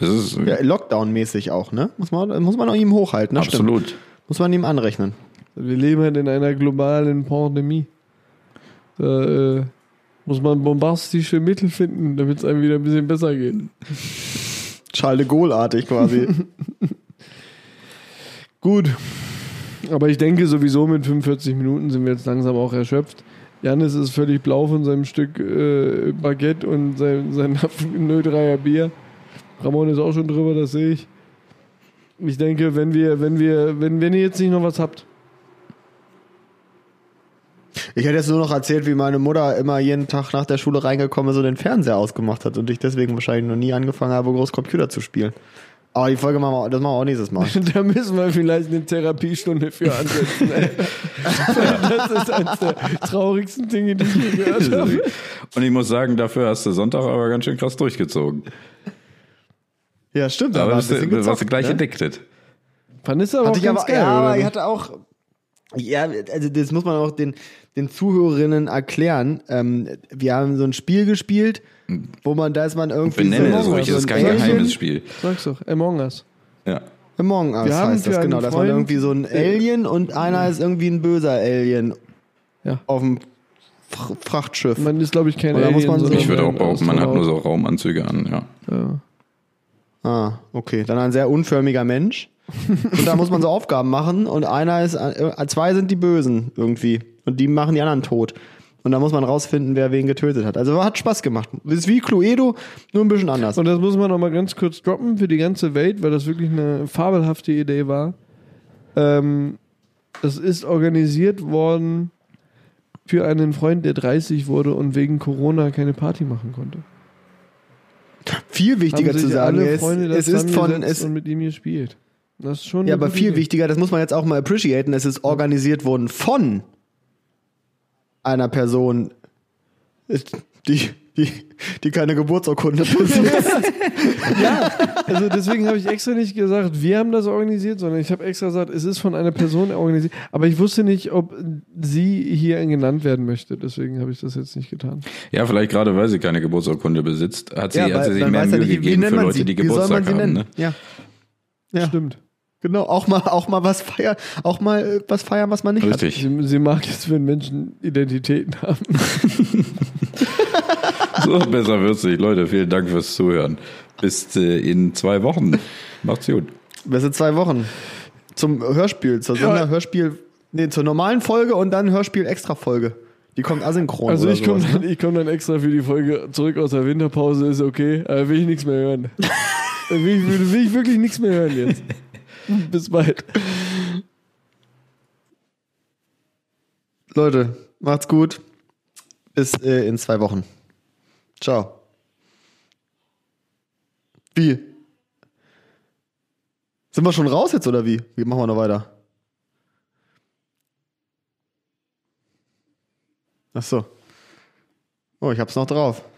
B: Das ist
A: Ja, Lockdown-mäßig auch, ne? Muss man, muss man auch ihm hochhalten, ne? Stimmt. <laughs>
B: absolut.
A: Muss man ihm anrechnen.
D: Wir leben halt in einer globalen Pandemie. Da äh, muss man bombastische Mittel finden, damit es einem wieder ein bisschen besser geht.
A: Charles de Gaulle-artig
D: <laughs>
A: quasi.
D: Gut. Aber ich denke sowieso mit 45 Minuten sind wir jetzt langsam auch erschöpft. Janis ist völlig blau von seinem Stück äh, Baguette und sein, sein 03er Bier. Ramon ist auch schon drüber, das sehe ich. Ich denke, wenn wir, wenn wir, wenn, wenn ihr jetzt nicht noch was habt, <laughs>
A: Ich hätte jetzt nur noch erzählt, wie meine Mutter immer jeden Tag nach der Schule reingekommen ist und den Fernseher ausgemacht hat und ich deswegen wahrscheinlich noch nie angefangen habe, groß Computer zu spielen. Aber die Folge machen wir, das machen wir auch nächstes Mal.
D: da müssen wir vielleicht eine Therapiestunde für ansetzen.
A: <laughs>
D: ey. das ist eines der traurigsten Dinge, die ich je gehört habe.
B: Und ich muss sagen, dafür hast du Sonntag aber ganz schön krass durchgezogen.
A: <laughs> Ja, stimmt.
B: Aber bist
A: ein
B: du,
A: bisschen
B: warst du
A: gezockt,
B: gleich
A: ne?
B: addicted.
D: Fandest du aber
A: Hatte
D: auch
A: ich
D: ganz
A: aber,
D: geil,
A: ja,
D: oder
A: aber ich
D: nicht?
A: hatte auch, ja, also das muss man auch den, den Zuhörerinnen erklären. Ähm, wir haben so ein Spiel gespielt, wo man, da ist man irgendwie.
B: Benenne
A: so,
B: es ruhig,
D: so
B: das ist
D: ein
B: kein
D: Bällchen.
B: geheimes Spiel.
D: Sag's doch, Among Us.
B: Ja.
A: Among Us
D: Wir haben
A: heißt
D: für
A: das,
D: einen
A: genau. Dass man
D: Freund-
A: irgendwie so ein Alien und einer ist irgendwie ein böser Alien
D: Ja.
A: auf dem Fr Frachtschiff.
D: Man ist, glaube ich, kein
A: Oder muss man so-
D: sondern
B: Ich würde auch
D: ein
B: behaupten, man hat nur
D: Astronaut.
B: so Raumanzüge an, ja.
D: Ja.
A: Ah, okay. Dann ein sehr unförmiger Mensch. Und da muss
D: <laughs>
A: man so Aufgaben machen und einer ist, äh, zwei sind die Bösen irgendwie. Und die machen die anderen tot. Und da muss man rausfinden, wer wen getötet hat. Also hat Spaß gemacht. Ist wie Cluedo, nur ein bisschen anders.
D: Und das muss man noch mal ganz kurz droppen für die ganze Welt, weil das wirklich eine fabelhafte Idee war. Ähm, es ist organisiert worden für einen Freund, der 30 wurde und wegen Corona keine Party machen konnte.
A: viel wichtiger
D: Haben
A: zu
D: sich
A: sagen,
D: alle
A: es,
D: Freunde
A: es ist von,
D: es
A: es,
D: und mit ihm gespielt. Das ist schon
A: ja,
D: eine
A: aber
D: gute
A: viel
D: Idee.
A: wichtiger, das muss man jetzt auch mal appreciaten, es ist organisiert worden von einer Person, die, die, die keine Geburtsurkunde
B: <laughs>
A: besitzt.
D: Also deswegen habe ich extra nicht gesagt, wir haben das organisiert, sondern ich habe extra gesagt, es ist von einer Person organisiert. Aber ich wusste nicht, ob sie hier genannt werden möchte. Deswegen habe ich das jetzt nicht getan.
B: Ja, vielleicht gerade, weil sie keine Geburtsurkunde besitzt, hat sie,
A: Ja,
B: hat
A: weil
B: sie sich
A: man
B: mehr
A: weiß ja
B: Mühe
A: nicht, wie- wie
B: gegeben
A: nennt
B: für
A: man
B: Leute,
A: sie?
B: die
A: Wie soll man
B: Geburtstag
A: sie
B: haben.
A: nennen?
B: Ne?
A: Ja. Ja.
D: Stimmt.
A: Genau, auch mal, auch mal was feiern, auch mal äh, was feiern, was man nicht hat.
B: Richtig.
D: Sie, sie mag jetzt, wenn Menschen Identitäten haben.
B: So, besser wird's nicht. Leute, vielen Dank fürs Zuhören. Bis äh, in zwei Wochen. Macht's gut.
A: Das sind zwei Wochen zum Hörspiel, zur Sonderhörspiel, nee, zur normalen Folge und dann Hörspiel extra Folge. Die kommt asynchron.
D: Also
A: oder
D: ich komme
A: sowas, ne?
D: dann, ich komm dann extra für die Folge zurück aus der Winterpause, ist okay, aber will ich nichts
A: <laughs>
D: mehr hören. will, ich, will, will ich wirklich nichts mehr hören jetzt. Bis bald.
A: Leute, macht's gut. Bis äh, in zwei Wochen. Ciao. Wie? Sind wir schon raus jetzt oder wie? Wie machen wir noch weiter? Ach so. Oh, ich hab's noch drauf.